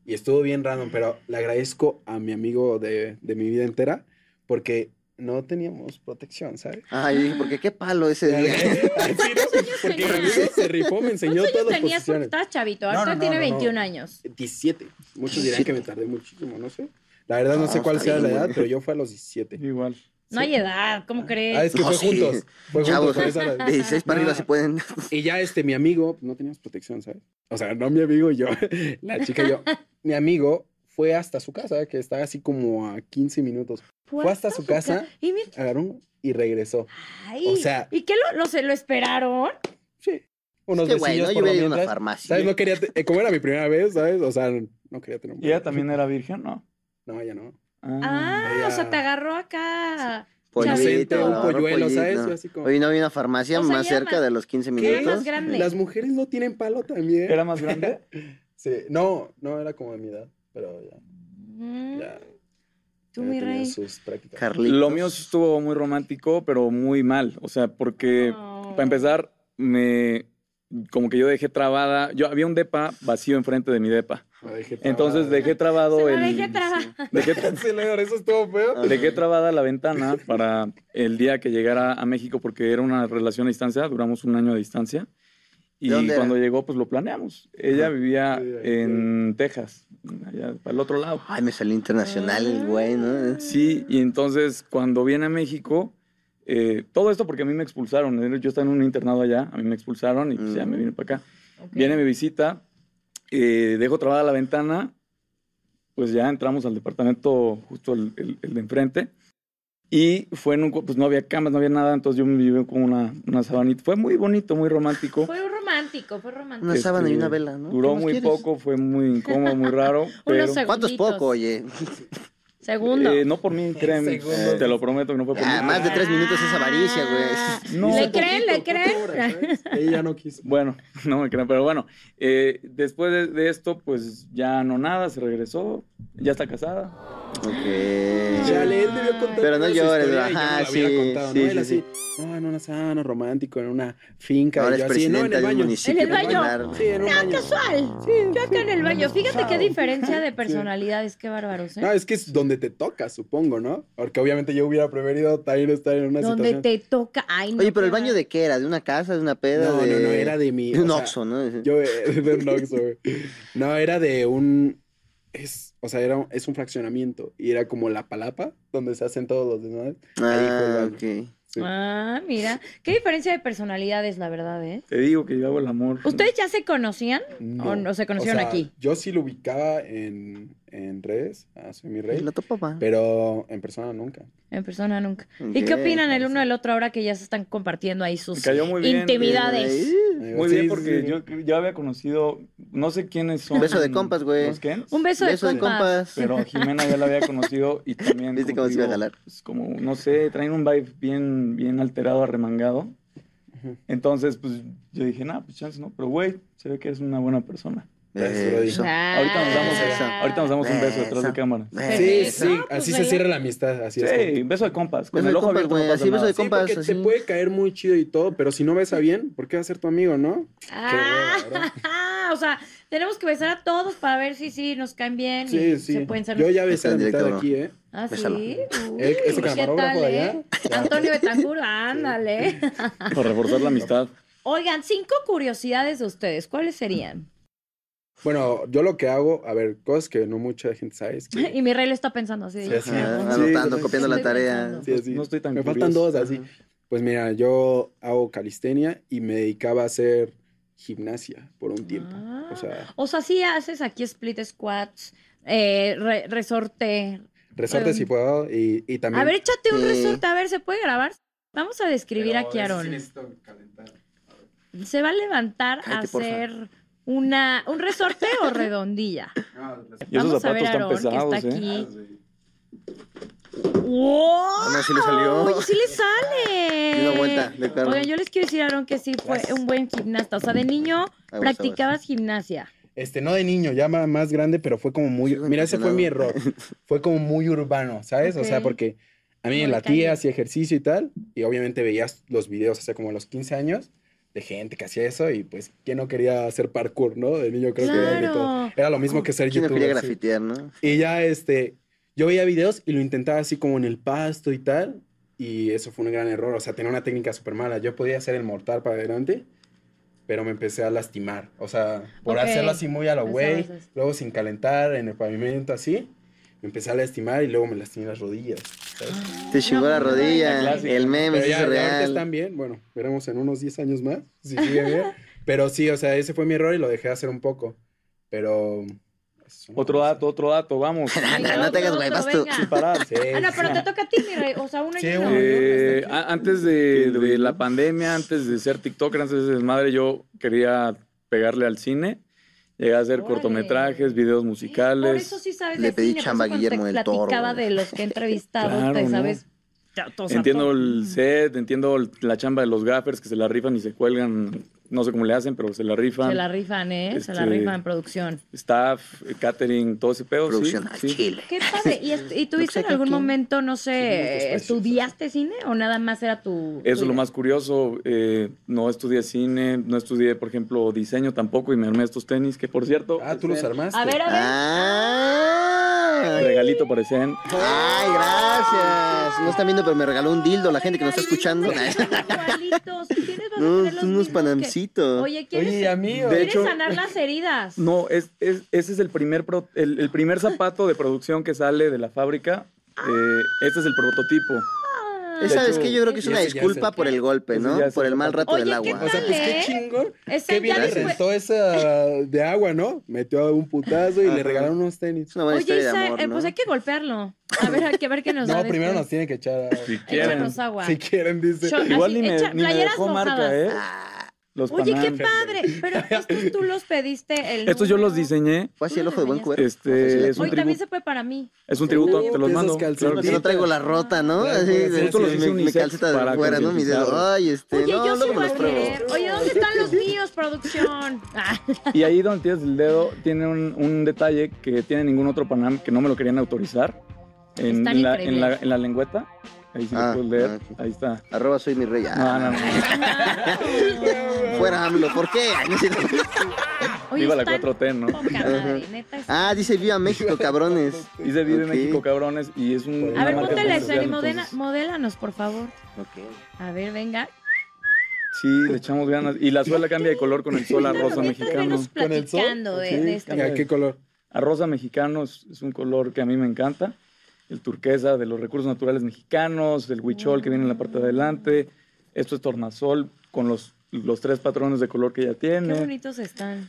y estuvo bien random, pero le agradezco a mi amigo de, de mi vida entera porque no teníamos protección, ¿sabes? Ay, yo dije, porque qué palo ese día. <laughs> Así, ¿no? Porque mi amigo se rifó, me enseñó ¿Cuántos todas años las tenías cuando posiciones. estabas chavito? No, Ahorita no, no, tiene no, no. 21 años. 17. Muchos dirán que me tardé muchísimo, no sé. La verdad no No, sé cuál Ah, está sea la bien, edad, güey. pero yo fue a los 17. Igual. No hay edad, ¿cómo crees? Ah, es que No, fue sí. juntos. Fue juntos. Chavos, por eso la- de 16 para arriba No. si pueden. Y ya este, mi amigo, no teníamos protección, ¿sabes? O sea, no mi amigo y yo, <laughs> la chica y yo. Mi amigo fue hasta su casa, que estaba así como a 15 minutos. Fue hasta su casa. ca- Y mira, Agarró un- y regresó. ay, O sea- ¿y qué lo, lo, se- lo esperaron? Sí. Unos Qué güey, besillos no, yo por lo hubiera ido a una mientras. farmacia. ¿Sabes? No quería, te- eh, como era mi primera vez, ¿sabes? O sea, no quería tener un ¿Y ella también era virgen? No. Mm, No, ella no. Ah, Ah. o sea, te agarró acá. Pollito, inocente, un no, polluelo, pollito, ¿sabes? no. Yo así como, Oye, ¿no había una farmacia O sea, más ya cerca más- de los 15 Era minutos? más grande. Las mujeres no tienen palo también. ¿Era más grande? Sí, no, no era como de mi edad, pero ya. Mm, ya Tú, ya mi tenía rey. Sus prácticas. Carlitos. Lo mío sí estuvo muy romántico, pero muy mal. O sea, porque Oh. Eh, para empezar, me como que yo dejé trabada. Yo había un depa vacío enfrente de mi depa. La dejé Entonces trabada. dejé trabado Ah. Se la el. dejé trabajar. dejé- Sí, Leor, eso estuvo feo. Ajá. Dejé trabada la ventana para el día que llegara a México porque era una relación a distancia, duramos un año a distancia. Y ¿De dónde era? cuando llegó, pues lo planeamos. Ella Ajá. vivía Sí, ahí, en Texas, allá para el otro lado. Ay, me salió internacional el güey, Mm. ¿no? Sí, y entonces cuando viene a México, eh, todo esto porque a mí me expulsaron. Yo estaba en un internado allá, a mí me expulsaron y pues, ya Mm. me vine para acá. Ok. Viene mi visita, eh, dejo trabada la ventana, pues ya entramos al departamento justo el, el- el de enfrente. Y fue en un, cu- pues no había camas, no había nada, entonces yo me viví como una, una sabanita. Fue muy bonito, muy romántico. Fue romántico, fue romántico. Una Este, sábana y una vela, ¿no? ¿Qué Duró más muy quieres? poco, fue muy incómodo, muy <laughs> raro. pero, Unos ¿Cuánto es poco, oye? Segundo. eh, no por <laughs> mí, créeme, Segundo. te lo prometo que no fue por Ah, mí. más de tres minutos es avaricia, Ah, güey. No. ¿Le creen? ¿Le Poquito, poquito hora, creen? ¿sabes? eh? <laughs> Ella no quiso. Bueno, <laughs> no me creen, pero bueno, eh, después de, de esto, pues ya no nada, se regresó, ya está casada. Ok. Chale, él debió contar. Pero no toda su llores, historia y yo ajá, no la hubiera sí, contado, sí, ¿no? Él sí, así, no, en una sábana romántico, en una finca. Ahora y yo es así, no, en presidenta el de un baño. municipio. En el baño. popular, Sí, en un Ah, baño. casual. Yo acá en el baño. Fíjate qué diferencia <laughs> de personalidades, qué bárbaros, ¿eh? No, es que es donde te toca, supongo, ¿no? Porque obviamente yo hubiera preferido también estar en una Donde situación. te toca. Ay, no. Oye, pero qué el baño bar- de qué era, de una casa, de una peda, No, de... no, no, era de mi. de un o sea, oxxo, ¿no? Yo, eh, <laughs> de un Oxxo, güey. No, era de un. Es, o sea, era, un- es un fraccionamiento. Y era como la palapa, donde se hacen todos los demás. ahí fue el Ah, baño. ok. Sí. Ah, mira. Qué diferencia de personalidades, la verdad, ¿eh? Te digo que yo hago el amor. ¿Ustedes ya se conocían? No. ¿O oh, no se conocieron sea, aquí? Yo sí lo ubicaba en, en redes, ah, soy mi rey, Lo topo, pa. pero en persona nunca. En persona nunca. ¿Y Ok. qué opinan el uno del otro ahora que ya se están compartiendo ahí Me sus cayó muy bien. eh, intimidades? Ay, Digo, Muy sí, bien, sí, porque sí. yo ya había conocido, no sé quiénes son. Un beso de compas, güey. ¿Los Kens, Un beso, Beso de compas. Pero a Jimena ya la había conocido y también. ¿Viste como cómo te se iba a digo, jalar? es como, no sé, traen un vibe bien, bien alterado, arremangado. Ujú. Entonces, pues yo dije, nah, pues chance no, pero güey, se ve que eres una buena persona. Beso. Ah. Ahorita nos damos, Beso. ahorita nos damos un beso detrás Beso. de cámara. Beso. Sí, Eso, sí, pues, así se relax. cierra la amistad, así es. Sí, beso de compas. Con Beso de el ojo compas, abierto güey, no pasa así beso nada. de Sí, compas, porque te así. puede caer muy chido y todo, pero si no ves a bien, ¿por qué va a ser tu amigo, no? <laughs> Ah, o sea, tenemos que besar a todos para ver si sí nos caen bien. y Sí, sí. Se pueden ser. Yo ya Está besé la en mitad de directo, aquí, ¿eh? Ah, sí. Bésalo. Uy, El- Eh, ese ¿qué camarógrafo de allá, eh? Antonio Betancur, ándale. Para reforzar la amistad. Oigan, cinco curiosidades de ustedes. ¿Cuáles serían? Bueno, yo lo que hago, a ver, cosas que no mucha gente sabe es que... <laughs> Y mi rey lo está pensando así. de- Sí, sí. Ah, Sí, Anotando, sí, copiando sí. la tarea. Sí, así. No estoy tan Me faltan curioso. dos, así. Pues mira, yo hago calistenia y me dedicaba a hacer gimnasia por un tiempo. Ah. O sea, O sea, sí haces aquí split squats, eh, re- resorte. resorte si puedo y, y también... A ver, échate un Sí. resorte. A ver, ¿se puede grabar? Vamos a describir aquí a Aaron. Se va a levantar a Cállate, porfa. hacer una, un resorte o redondilla. Y esos Vamos a ver zapatos a están Aarón, pesados, que está ¿eh? Ah, aquí. ¡Wow! no, sí le salió. Oye, sí le sale. Di una vuelta de carro. Oigan, yo les quiero decir, Aaron, que sí fue un buen gimnasta. O sea, de niño Aguas, practicabas gimnasia. Este, no de niño, ya ma- más grande, pero fue como muy... Sí, güey, Mira, ese fue mi error. <laughs> Fue como muy urbano, ¿sabes? O sea, Ok. porque a mí Como en la de calle. tía hacía ejercicio y tal, y obviamente veías los videos hace como a los 15 años de gente que hacía eso y pues, ¿quién no quería hacer parkour, no? De niño creo que era de Claro. todo. Era lo mismo que ser ¿Quién no Mm, quería youtuber. sí. grafitear, no? Y ya, este, yo veía videos y lo intentaba así como en el pasto y tal. Y eso fue un gran error. O sea, tenía una técnica súper mala. Yo podía hacer el mortal para adelante, pero me empecé a lastimar. O sea, por Ok. hacerlo así muy a lo Eso, güey, eso, eso. luego sin calentar en el pavimento así, me empecé a lastimar y luego me lastimé las rodillas. ¿sabes? Te chingó la no, la rodilla, clásica. el meme, Pero sí ya, es ya ahorita real. están bien. Bueno, veremos en unos 10 años más, si sigue <laughs> bien. Pero sí, o sea, ese fue mi error y lo dejé de hacer un poco. Pero... es una Otro cosa. dato, otro dato, vamos. Ah, no Otro, te hagas, güey, otro, vas tú. venga. Sin parar. Sí, Ah, no, sí. pero te toca a ti, mi rey. O sea, uno Sí, y uno. uno. Eh, Este, no, no, no, no, no, no, no, no, a- antes de, de la pandemia, antes de ser TikToker, antes de ese desmadre, yo quería pegarle al cine. Llegué a hacer Órale. cortometrales, videos musicales. Por eso sí sabes Le de pedí cine, por chamba a eso cuando Guillermo te del Toro, platicaba güey. de los que he entrevistado, Claro, te ¿no? sabes Ya, to- o sea, Entiendo to- el set, entiendo el- la chamba de los gaffers que se la rifan y se cuelgan, no sé cómo le hacen, pero se la rifan. Se la rifan, ¿eh? Se la Este- rifan en producción. Staff, eh, catering, todo ese pedo. sí, Producción al sí. chile. <laughs> Qué padre. ¿Y, est- y tuviste en que algún aquí- momento, no sé, Sí, muchos estudiaste cine o nada más era tu. tu Eso es lo idea? más curioso. eh, no estudié cine, no estudié, por ejemplo, diseño tampoco y me armé estos tenis, que por cierto, Ah, tú los armaste. A ver, a ver. Ah. regalito parecen. Ay, gracias. No están viendo, pero me regaló un dildo la gente que nos está escuchando. <laughs> Igualitos. ¿Quiénes van a No, tener los unos mismos que- panancitos. Oye, ¿quieres, Oye, amigo. De ¿quieres hecho- sanar las heridas? No, es, es- ese es el primer, pro- el, el primer zapato de producción que sale de la fábrica. Eh, este es el prototipo. Ah. Esa De vez hecho, que yo creo que es ya una se- ya se- disculpa por el golpe, Ese ¿no? ya se- Por el mal rato Oye, del ¿qué agua. O sea, pues qué Dale. pues. chingón. Esa Qué bien ya le después- rentó esa de agua, ¿no? Metió un putazo y le Ajá. regalaron unos tenis. Es una buena Oye, historia Isa, de este amor, eh, ¿no? pues hay que golpearlo. A ver, a que ver qué nos da. <laughs> No, primero nos después. tiene que echar. Si quieren. Échanos agua. Si quieren, dice. Yo- Igual Así, ni me, Ah, echa- ni me playeras dejó mojadas. marca, ¿eh? Ah, Los Oye, qué Panam. padre. Pero estos tú los pediste. El <laughs> Estos yo los número. diseñé. fue así el ojo de buen cuervo. Este, No sé si la- es un Oye, tributo. también se puede para mí. Es un tributo, Sí, te los esos mando. claro que sí. Claro que no traigo la rota, ¿no? Claro, Así, puede ser, justo sí, los sí, mi, sí, mi sí, calceta de para afuera, ¿no? Mis dedos. concientizar. Ay, este, Oye, no, yo sí luego me voy los a pruebo. querer. Oye, ¿dónde están los míos, producción? <laughs> Ah, Y ahí donde tienes el dedo, tiene un, un detalle que tiene ningún otro Panam que no me lo querían autorizar. En, Están en la, increíbles. en la- en la lengüeta. Ahí sí lo Ah, puedes leer. ah, ok. Ahí está. Arroba soy mi rey. Ah, No, no, no. wow. Fuera AMLO, ¿por qué? Ay, no es cierto. Oye, Viva la están 4T, ¿no? poca madre, neta, están- Ah, dice viva México, cabrones. Dice Vive Ok. México, cabrones. Y es un. A A una ver, marca ponte la comercial, escena y modela- entonces, modélanos, por favor. Ok. A ver, venga. Sí, le echamos ganas. Y la suela cambia de color con el sol a rosa Ahorita mexicano. venos ¿Con el sol? platicando de, de este esto. ¿Y ¿A qué color? A rosa mexicano es, es un color que a mí me encanta. El turquesa de los recursos naturales mexicanos, el huichol que viene en la parte de adelante. Esto es tornasol con los, los tres patrones de color que ya Qué Eh. tiene. bonitos están.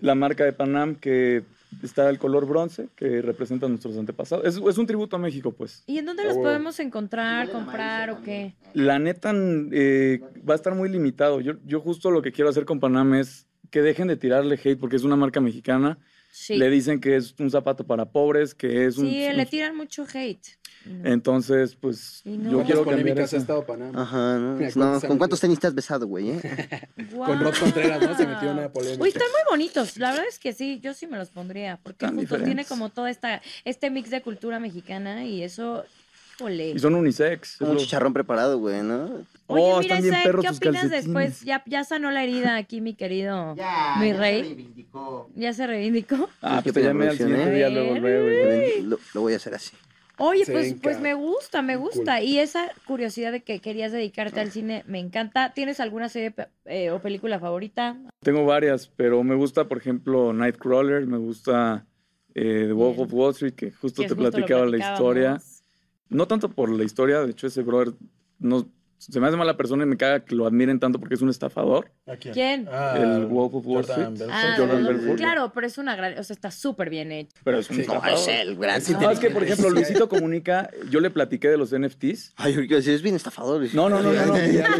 La marca de Panam que está el color bronce que representa a nuestros antepasados. Es, es un tributo a México, pues. ¿Y en dónde los Oh. podemos encontrar, comprar o qué? La neta eh, va a estar muy limitado. Yo, yo justo lo que quiero hacer con Panam es que dejen de tirarle hate porque es una marca mexicana. Sí. Le dicen que es un zapato para pobres, que es un... Sí, un- le tiran mucho hate. No. Entonces, pues Y no. yo ¿Cuántas quiero cambiar polémicas eso. ha estado Panamá? Ajá, ¿no? Pues, Mira, No, ¿cuántos ¿Con años cuántos tienes? tenis estás besado, güey? eh? Guau. Rod Contreras, ¿no? Se metió en una polémica. Uy, están muy bonitos. La verdad es que sí, yo sí me los pondría. Porque Están justo tiene diferentes. como todo esta, este mix de cultura mexicana y eso, híjole. Y son unisex. es Un lo- chicharrón preparado, güey, ¿no? Oye, Oh, mira, están bien Isaac, perros ¿qué tus opinas calcetines. después? Ya, ya sanó la herida aquí, mi querido. <laughs> Ya, mi ya se rey. reivindicó. Ya se reivindicó. Ah, Es que pues te pide llamé al producción, siguiente ¿eh? día, luego, luego. Te y- ven- Lo, lo voy a hacer así. Oye, Se pues, ven pues ca- me gusta, me gusta. Y esa curiosidad de que querías dedicarte al cine, me encanta. ¿Tienes alguna serie pe- eh, o película favorita? Tengo varias, pero me gusta, por ejemplo, Nightcrawler, me gusta eh, The Wolf of Wall Street, que justo Que te justo lo platicaba la historia. platicábamos. No tanto por la historia, de hecho, ese brother no, se me hace mala persona y me caga que lo admiren tanto porque es un estafador. ¿A ¿Quién? Ah, El Wolf of Wall Jordan Street. Belfort. Ah, Jordan de verdad. Belfort. claro, pero es una gran, o sea, está súper bien hecho. Pero es un Sí. No, estafador. es el gran Sí, No, es que, por ejemplo, Sí. Luisito Comunica, yo le platiqué de los NFTs. Ay, yo quiero decir, es bien estafador. dice. No, no, no, no. no. Ya luego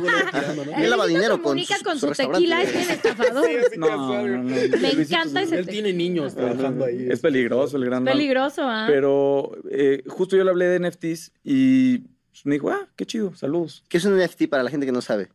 le <laughs> tirando, ¿no? Él lava Luisito dinero con comunica su- con su su, restaurante. tequila, <laughs> es bien estafador. Sí, así No, casual, no, no. Me Luisito encanta es- ese Él tiene niños trabajando ahí. Es peligroso el gran mal. Peligroso, ¿ah? Pero eh, justo yo le hablé de NFTs y pues, me dijo, ah, qué chido, saludos. ¿Qué es un NFT para la gente que no sabe?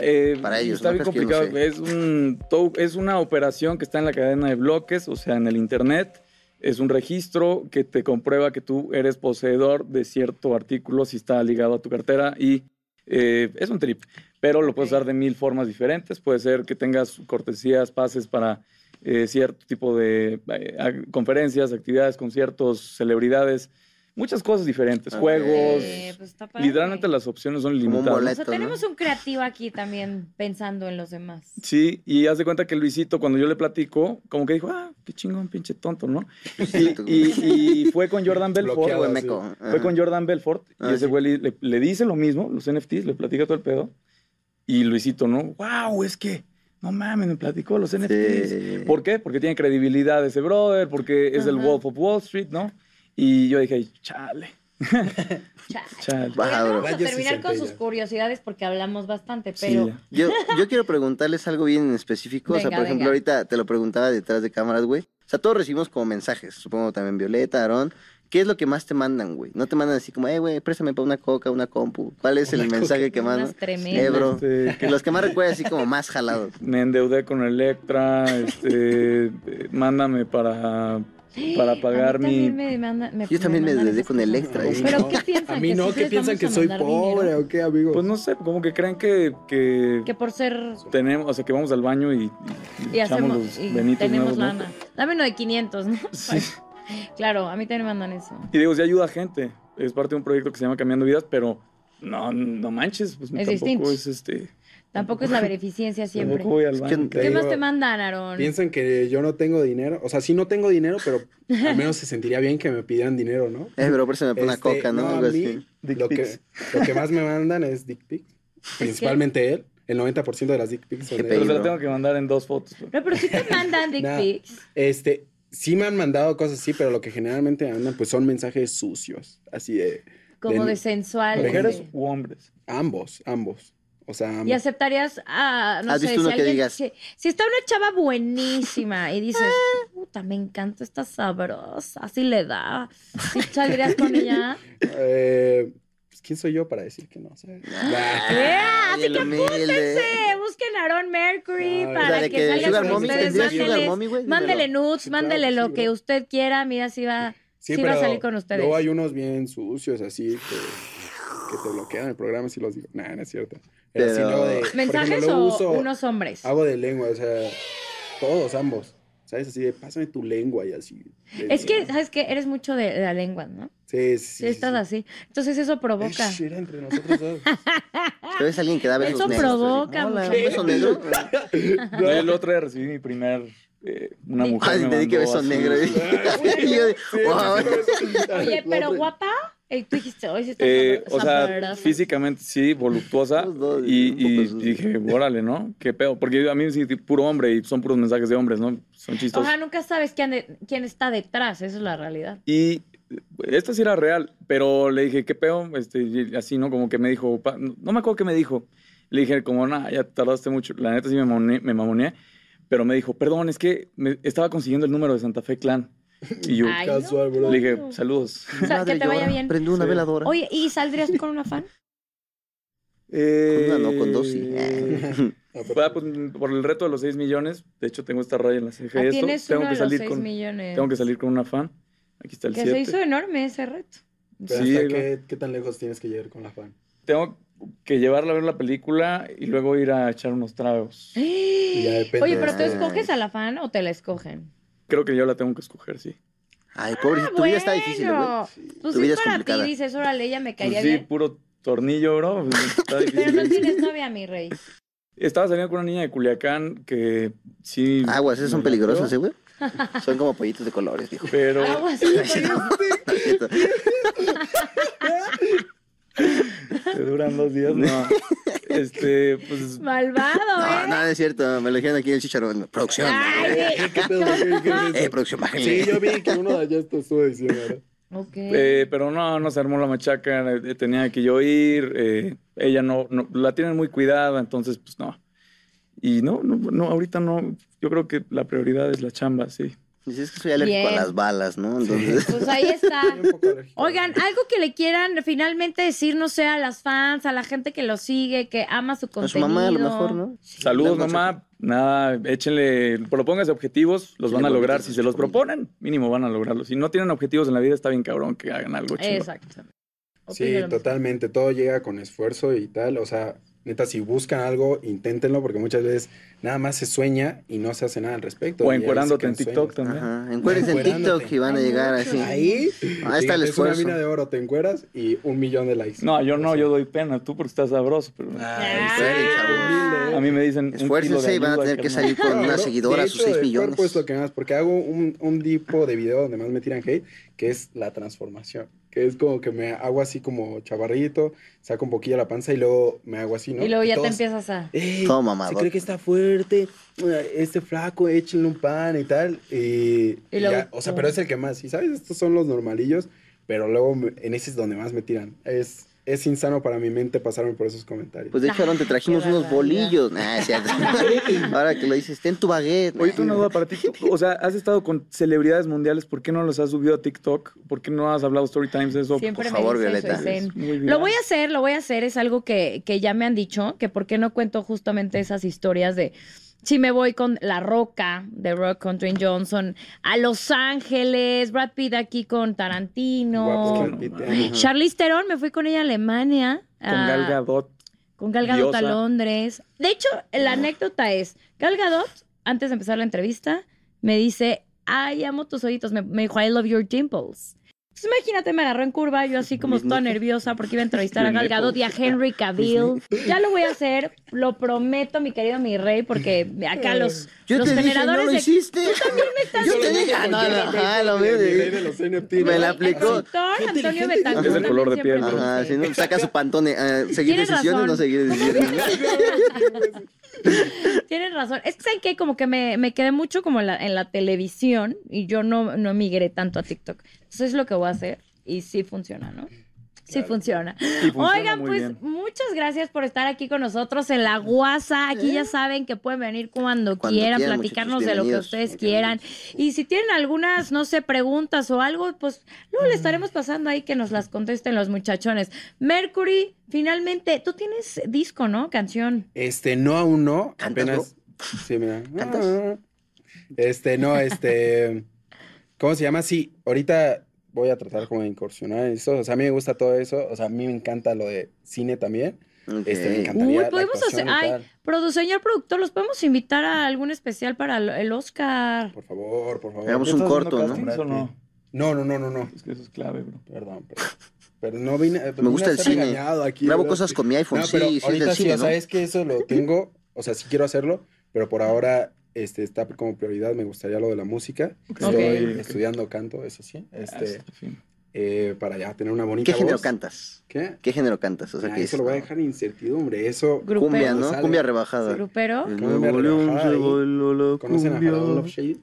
Eh, Para ellos, Está ¿no? bien Es que yo no complicado. Es, un to- es una operación que está en la cadena de bloques, o sea, en el Internet. Es un registro que te comprueba que tú eres poseedor de cierto artículo si está ligado a tu cartera y eh, es un trip. Pero lo puedes Ok. usar de mil formas diferentes. Puede ser que tengas cortesías, pases para eh, cierto tipo de eh, ac- conferencias, actividades, conciertos, celebridades, muchas cosas diferentes, Ok. juegos. Eh, pues está padre. Literalmente las opciones son un limitadas. O sea, Esto, ¿no? tenemos un creativo aquí también pensando en los demás. Sí, y haz de cuenta que Luisito, cuando yo le platico, como que dijo, ah, qué chingón, pinche tonto, ¿no? Y, Exacto. y- y fue con Jordan Belfort. Bloqueado. Güey, meco. Fue con Jordan Belfort Ah, y sí. ese güey le, le dice lo mismo, los NFTs, le platica todo el pedo. Y Luisito, ¿no? ¡Wow! Es que, no mames, me platicó los NFTs. Sí. ¿Por qué? Porque tiene credibilidad ese brother, porque es el Ajá. Wolf of Wall Street, ¿no? Y yo dije, "Ay, chale, <laughs> Chale. chale. Va. Baja, Oigan, bro. vamos a Rayos y terminar con sus centellas. curiosidades porque hablamos bastante, Sí, pero ya. Yo, <laughs> yo quiero preguntarles algo bien en específico. o sea, Venga, por ejemplo, venga. ahorita te lo preguntaba detrás de cámaras, güey. O sea, todos recibimos como mensajes, supongo también Violeta, Aarón, ¿Qué es lo que más te mandan, güey? No te mandan así como, eh, güey, préstame para una coca, una compu. ¿Cuál es el mensaje que Unas mandan? tremendas. Eh, bro. Este, Que los que más recuerdas así como <laughs> más jalados. me endeudé con Electra, este, <laughs> eh, mándame para, para pagar A mí también mi... me demanda- me- Yo también me mandan desdé esas con cosas. Electra. ¿eh? Pero No. ¿qué piensan? <laughs> A mí no, sí ¿qué les piensan? vamos ¿Que a soy mandar pobre dinero? o qué, amigo? Pues no sé, como que creen que, que Que por ser tenemos, o sea, que vamos al baño y, y y echamos hacemos los y benitos tenemos nuevos, ¿no? lana. Dame uno de 500, ¿no? <laughs> Sí. Claro, a mí también me mandan eso. Y digo, sí ayuda a gente. Es parte de un proyecto que se llama Cambiando Vidas, pero no, no manches, pues tampoco distinto. es este. Tampoco es la beneficencia siempre. Tampoco voy <laughs> al Es baño. que- ¿Qué Te más digo, te mandan, Aaron? Piensan que yo no tengo dinero. O sea, sí no tengo dinero, pero al menos se sentiría bien que me pidieran dinero, ¿no? Eh, bro, préstame para una Este, coca, ¿no? no, a Algo mí- así. Dick Lo que, pics. lo que más me mandan es dick pics. Principalmente él. El 90% de las dick pics son Qué de pedo. Pero él. se la bro. tengo que mandar en dos fotos. pues. No, pero sí te mandan <laughs> dick Nah. pics. Este, sí me han mandado cosas así, pero lo que generalmente me mandan pues son mensajes sucios. Así de Como De- de sensual. ¿Mujeres de- u hombres? ambos, ambos. O sea, Y aceptarías a, no ¿Has sé, visto si, uno que alguien- digas? si- si está una chava buenísima y dices, puta, me encanta, está sabrosa, así le da. <laughs> Si saldrías con <laughs> ella. eh, pues, ¿quién soy yo para decir que no? O sea, ¡Eh! Ah, Ay, Así el que humilde. apúntense, busquen a Aaron Mercury No, O para sea, de que, que salga Sugar con Mommy, ustedes. ¿tendrías Sugar mándeles- Mommy, güey? Mándele Dímelo. nudes, Sí, claro, mándele sí, lo bro. que usted quiera. Mira, si va, sí, va a pero salir con ustedes. Luego hay unos bien sucios así que, que te bloquean el programa si los digo. Nah, no es cierto. Pero, así Pero- luego de- por ¿Mensajes ejemplo, luego o uso- unos hombres? Hago de lengua, o sea, todos, ambos. ¿Sabes? Así de, pásame tu lengua y así. de- Es que, ¿sabes qué? Eres mucho de, de la lengua, ¿no? Sí, sí, Sí, sí. estás así. Entonces eso provoca. Sh, era entre <laughs> nosotros dos. Pero es alguien que da besos Eso negros. así. provoca Hola, mucho. ¿un beso negro? No, yo el otro día recibí mi primer. eh, una Ay, mujer. Ay, me te di que mandó beso así- negro. <laughs> Y yo de, wow. Oye, pero guapa. eh, tú dijiste, hoy sí está <laughs> Eh, o sabor- sea, saborosa. físicamente sí, voluptuosa. Los dos, y, un y poco sucio. dije, órale, ¿no? Qué pedo. Porque a mí sí, puro hombre y son puros mensajes de hombres, ¿no? Son chistosos. Ojalá nunca sabes quién, de- quién está detrás. Esa es la realidad. Y esta sí era real, pero le dije, ¿qué pedo? Este, y así, ¿no? Como que me dijo, pa- no no me acuerdo qué me dijo. Le dije, como, nada, ya tardaste mucho. La neta sí me mamoné, me mamoneé, pero me dijo, perdón, es que me estaba consiguiendo el número de Santa Fe Clan. Y yo <laughs> Ay, casual, no, bro. le dije, no. saludos. O sea, Madre que te vaya llora, bien. Prende una Sí. veladora. Oye, ¿y saldrías con una fan? Con una no, con dos sí. <laughs> Eh, Ah, va, pues, por el reto de los 6 millones, de hecho tengo esta raya en la ceja. Ah, y esto, tienes tengo uno que de los salir 6 con, millones. tengo que salir con una fan. Aquí está el Que se hizo 7. enorme ese reto. Pero Sí, hasta ¿no? qué, qué tan lejos tienes que llegar con la fan? Tengo que llevarla a ver la película y luego ir a echar unos tragos. ¿Eh? <gasps> ya depende Oye, pero de- tú este escoges a la fan o te la escogen. Creo que yo la tengo que escoger, sí. Ay, pobre, tu vida está difícil, güey. ah, Bueno, Pues Tu sí, vida para es complicada. ti dices, órale, ella me Pues caería sí, bien. puro tornillo, bro. <laughs> pues, está Pero no <laughs> difícil. tienes novia, mi <laughs> rey. Estaba saliendo con una niña de Culiacán que sí. Aguas, esos son me latió, peligrosos, <laughs> ¿eh, güey? Son como pollitos de colores, <laughs> dijo. Pero Aguas, con- te duran dos <laughs> días, no. Este, pues. malvado, No, ¿eh? Ah, no, no es cierto. Me lo dijeron aquí en el chicharrón. Producción. Ay, eh. güey. ¿Qué pedo? ¿Qué- qué <laughs> es Eh, eso? producción, bájale. Sí, yo vi que uno de allá esto estuvo diciendo, ¿verdad? Ok. eh, pero no, no se armó la machaca, eh, tenía que yo ir, eh, ella no, no- la tienen muy cuidada, entonces pues no. Y no, no, no, ahorita no, yo creo que la prioridad es la chamba, sí. Dices que soy alérgico Bien. a las balas, ¿no? Entonces, <laughs> Pues ahí está. Soy un poco alérgico. Oigan, algo que le quieran finalmente decir, no sé, a las fans, a la gente que lo sigue, que ama su a su contenido. mamá a lo mejor, ¿no? Saludos, Dando mamá. Nada, échenle, propónganse objetivos, los Sí, van a le ponen lograr. esas Si se los comillas. proponen, mínimo van a lograrlos. Si no tienen objetivos en la vida, está bien cabrón que hagan algo chido. Exacto. Sí, Opino lo mismo. totalmente. Todo llega con esfuerzo y tal. O sea, neta, si buscan algo, inténtenlo, porque muchas veces nada más se sueña y no se hace nada al respecto. O y ahí se encuerándote en quedan TikTok sueños. también. Ajá. Encuérdense en Encuerándote. TikTok y van a Hay llegar muchos. así. Ahí, Ahí está el es una esfuerzo. mina de oro, te encueras y un millón de likes. No, yo no, yo doy pena, tú porque estás sabroso. Pero Ah, a mí me dicen. un kilo Esfuércense de y van a ayuda, tener que carnal. salir con No, una bro, seguidora a de sus hecho, 6 de millones. cuerpo es lo que más, porque hago un, un tipo de video donde más me tiran hate, que es la transformación. Que es como que me hago así como chavarrito, saco un poquillo la panza y luego me hago así, ¿eh? ¿no? Y luego ya te todos, empiezas a. "Ey, Todo mamado. eh, Se cree que está fuerte, este flaco, échenle un pan y tal. Y, Y y luego- ya, o sea, pero es el que más. Y sabes, estos son los normalillos, pero luego me- en ese es donde más me tiran. Es, es insano para mi mente pasarme por esos comentarios. Pues de hecho, Aaron, te Ay, trajimos qué unos barbaridad. bolillos. Nah, <laughs> es cierto. Ahora que lo dices, ten tu baguette. Oye, tú una duda para ti. Tú, O sea, has estado con celebridades mundiales. ¿Por qué no los has subido a TikTok? ¿Por qué no has hablado Story Times de eso? Pues, ah, Siempre por me favor, dice Violeta. eso, Isen. Muy bien. Lo voy a hacer, lo voy a hacer. Es algo que, que ya me han dicho, que por qué no cuento justamente esas historias de si me voy con La Roca, de Rock Country Johnson, a Los Ángeles, Brad Pitt aquí con Guapos Tarantino. que no, pitean, ajá. <laughs> ajá. Charlize Theron, me fui con ella a Alemania. Con a- Gal Gadot. con Gal Gadot a Diosa. Londres. De hecho, la anécdota es, Gal Gadot, antes de empezar la entrevista, me dice, ay, amo tus ojitos. Me, me dijo, I love your dimples. Pues imagínate, me agarró en curva, yo así como Mis toda nipples. nerviosa porque iba a entrevistar a Mis Gal Gadot y a Henry Cavill. Ya lo voy a hacer, lo prometo, mi querido mi rey, porque acá los, Yo los te dije, no generadores lo de... hiciste. Yo te dije, ah, no, no, ajá, lo mío Mi rey de- de los NFT, Me ¿no? la El aplicó. productor Qué Antonio inteligente. Betancourt Es el color de también piel, siempre Ajá, me si dice. no, saca su pantone. eh, seguir Tienes decisiones, no razón. <laughs> seguir decisiones. Tienes razón. Es que, ¿saben qué? Como que me, me quedé mucho como en la, en la televisión y yo no, no migré tanto a TikTok. Entonces es lo que voy a hacer y sí funciona, ¿no? Sí funciona. Y funciona Oigan, muy pues bien. muchas gracias por estar aquí con nosotros en La Guasa. Aquí ya saben que pueden venir cuando, Cuando quieran, quieran, platicarnos muchachos, de lo que bienvenidos. ustedes quieran. Y si tienen algunas, no sé, preguntas o algo, pues luego Mm. le estaremos pasando ahí que nos las contesten los muchachones. Mercury, finalmente, tú tienes disco, ¿no? Canción. Este, no, aún no. ¿Cantas, apenas. Sí, mira. ¿Cantas? Ah. Este, no, este. ¿Cómo se llama? Sí, ahorita voy a tratar como de incursionar en eso. O sea, a mí me gusta todo eso. O sea, a mí me encanta lo de cine también. Este, me Ok. encantaría. Uy, la podemos actuación hacer- y ay. tal. Produ- señor productor, ¿los podemos invitar a algún especial para el- el Oscar? Por favor, por favor. Hagamos ¿Ya un estás corto, haciendo ¿no? castings o no? No, no, no, no, no. Es que eso es clave, bro. Perdón, pero, pero no vine. Me gusta el cine. Aquí, Grabo ¿verdad? cosas con mi iPhone. No, pero sí, sí, es ahorita del sí, cine, o ¿no? sea, es que eso lo tengo, o sea, sí quiero hacerlo, pero por ahora este, está como prioridad, me gustaría lo de la música. Estoy Ok. estudiando canto, eso sí, Ah, este, está fino. eh, para ya tener una bonita ¿Qué género voz. cantas? ¿Qué? ¿Qué género cantas? O sea, Ah, que eso lo voy a dejar en incertidumbre, eso... Grupero. Cumbia, ¿no? Sale. Cumbia rebajada. ¿Grupero? El Cumbia nuevo león rebajada se ahí. bailó la ¿Conocen a cumbia. Harold Love Shade?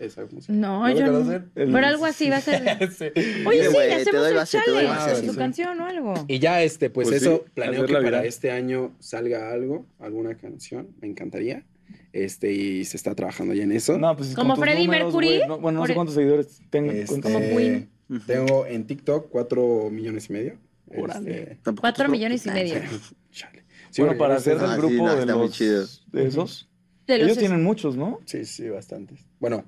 Esa música. No, ¿No lo yo no. conocen? El- Pero algo así va a ser. Sí. Oye, sí, güey, le te hacemos doy el base, te doy challenge base, de su sí. canción o algo. Y ya, este, pues, Pues sí, eso, planeo que hacerla para viral. este año salga algo, alguna canción, me encantaría. Este, y se está trabajando ya en eso. <laughs> No, pues, con ¿Como tus Freddie números, Mercury? güey, no- bueno, no Por- sé cuántos seguidores tengo. Este, Como Queen. Ujú. Tengo en Tiktok 4 millones y medio. Órale. Este, Tampoco Cuatro es- millones y medio. <laughs> chale. Sí, Bueno, porque para no sé hacer Ah, del nada. sí, grupo no, de está muy los- chido. de esos. De los Ellos tienen muchos, ¿no? Sí, sí, bastantes. Bueno,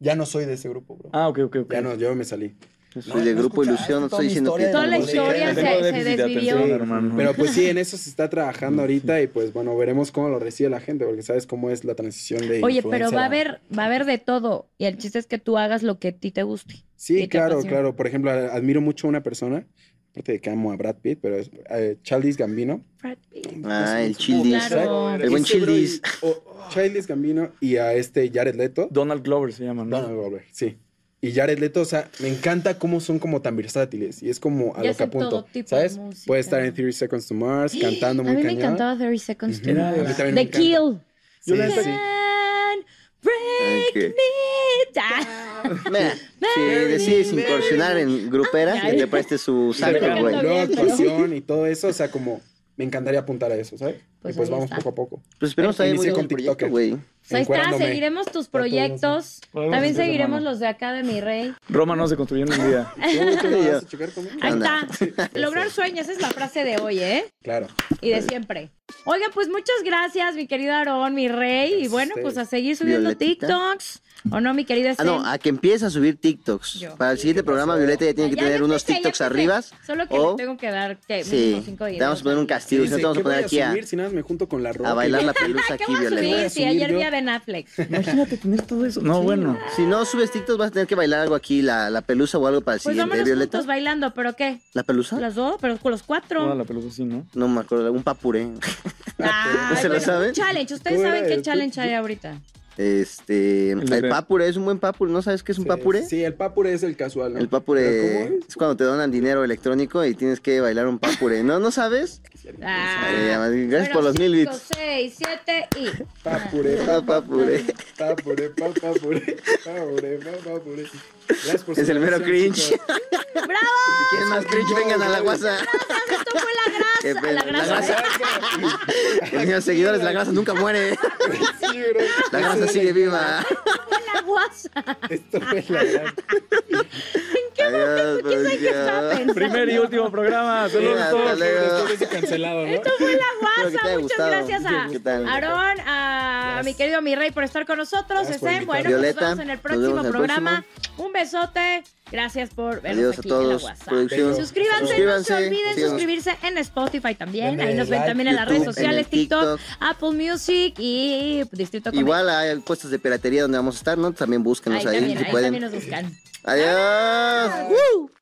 ya no soy de ese grupo, bro. Ah, ok, ok, ok. Ya no, yo me salí. Soy de grupo Ilusión, no estoy diciendo que... Toda la tampoco- historia Sí, se- Tengo déficit de desvivió. atención, hermano. Pero pues sí, en eso se está trabajando ahorita y pues bueno, veremos cómo lo recibe la gente, porque sabes cómo es la transición de Oye, pero influencer va a haber, va a haber de todo. Y el chiste es que tú hagas lo que a ti te guste. y Sí, te claro, apasiona. claro. Por ejemplo, a- admiro mucho a una persona, aparte de que amo a Brad Pitt, pero es eh, Childish Gambino. Brad Pitt. Ah, el Childis. Childis. Claro. El este buen Childis. oh, Childish Gambino y a este Jared Leto. Donald Glover se llama, ¿no? Donald Glover, sí. Y Jared Leto, o sea, me encanta cómo son como tan versátiles. Y es como a Y lo que hacen todo apunto, tipo de ¿sabes? música. Puede estar en 30 Seconds to Mars, A cantando muy mí me cañón. encantaba 30 Seconds to Ujú. A mí Mars. también me The encanta. Kill. Sí, Yo la neta- sí. Can't break Ok. me down. Mira, si decides incursionar en gruperas, Ay. que te preste su Y luego- saco, Pero- güey. luego Bien, pero- actuación y todo eso, o sea, como me encantaría apuntar a eso, ¿sabes? Pues y pues ahí vamos está. poco a poco. Pues esperemos Pero ahí muy inicié bien con el proyecto, TikTok. güey. Pues Ahí está, Encuadrándome. seguiremos tus todo eso. proyectos. Podemos También empezar, seguiremos hermano. los de acá de mi rey. Roma no se construyó en un día. ¿Tú <laughs> me yo. vas a checar conmigo? Ah, Ahí Anda. <laughs> está. Lograr sueños, esa es la frase de hoy, ¿eh? Claro. Y de siempre. Oiga, pues muchas gracias, mi querido Aarón, mi rey. Y bueno, pues a seguir subiendo Este, Violetita. TikToks. ¿O no, mi querida Ah, no, Esther? a que empiece a subir TikToks. Yo. Ah, Para el siguiente programa, Violeta ya tiene que Ya, ya tener empecé, unos ya TikToks empecé. arriba. Solo que o- le tengo que dar que mínimo Sí, cinco te vamos a videos. Ah, poner un castigo. Si no, Dice, te vamos a ¿qué voy poner aquí a, subir si nada más me junto con la ropa? a bailar la pelusa <laughs> ¿Qué aquí, voy a Violeta. subir? a Sí, subir ayer yo. vi a Ben Affleck. Imagínate tener todo eso. No, bueno. Si no subes TikToks, vas a tener que bailar algo aquí, la, la pelusa o algo para el Pues siguiente, ¿eh, vámonos Violeta. Ah. juntos bailando, ¿pero qué? ¿La pelusa? ¿Las dos? ¿Pero con los Toda cuatro? la pelusa así, ¿no? No me acuerdo, un papuré. Ay, ¿No se lo bueno, saben? un Challenge. ¿Ustedes Tú saben eres, qué tú- challenge hay ahorita? Este. El de El red. papuré es un buen papuré. ¿No sabes qué es un papuré? Sí, el papure es el casual, ¿no? El Pero ¿cómo papure es? es cuando te donan dinero electrónico y tienes que bailar un papure. ¿No no sabes? Ay, Ah. Gracias por los mil bits. Ah, 6, 7 y. Papure, Pa, <laughs> pa, puré. papure, papure, papure, papure. Gracias por su Es el mero donación, cringe. chicos. <laughs> ¡Bravo! ¿Quién más cringe? Vengan a la guasa. <laughs> Esto fue la Qué grasa. pena. La grasa. La grasa. Señores seguidores, la grasa nunca muere. Sí, bro. La Esto grasa es sigue la- viva. Fue la guasa. Esto fue la grasa. Adiós, Estaba producción. pensando. Primer y último programa. Saludos a hasta todos. luego. Esto es cancelado, ¿no? Esto fue la Espero que te guasa. haya Muchas gustado. gracias a ¿Qué tal? Aarón, a Gracias. mi querido mi rey por estar con nosotros. Gracias por Estén, bueno, invitarme. pues nos Violeta, vemos en el nos próximo vemos en el programa. Un besote. Gracias por vernos Adiós a aquí todos. en la guasa. Producción. Suscríbanse, Suscríbanse, no se olviden síganos. suscribirse en Spotify también. Denle Ahí nos ven like, también en las redes YouTube, en sociales, el TikTok, TikTok. Apple Music y Distrito Comedia. Igual hay puestos de piratería donde vamos a estar, ¿no? También búsquenos Ahí ahí, también, Ah, si ahí pueden. también nos buscan. Adiós.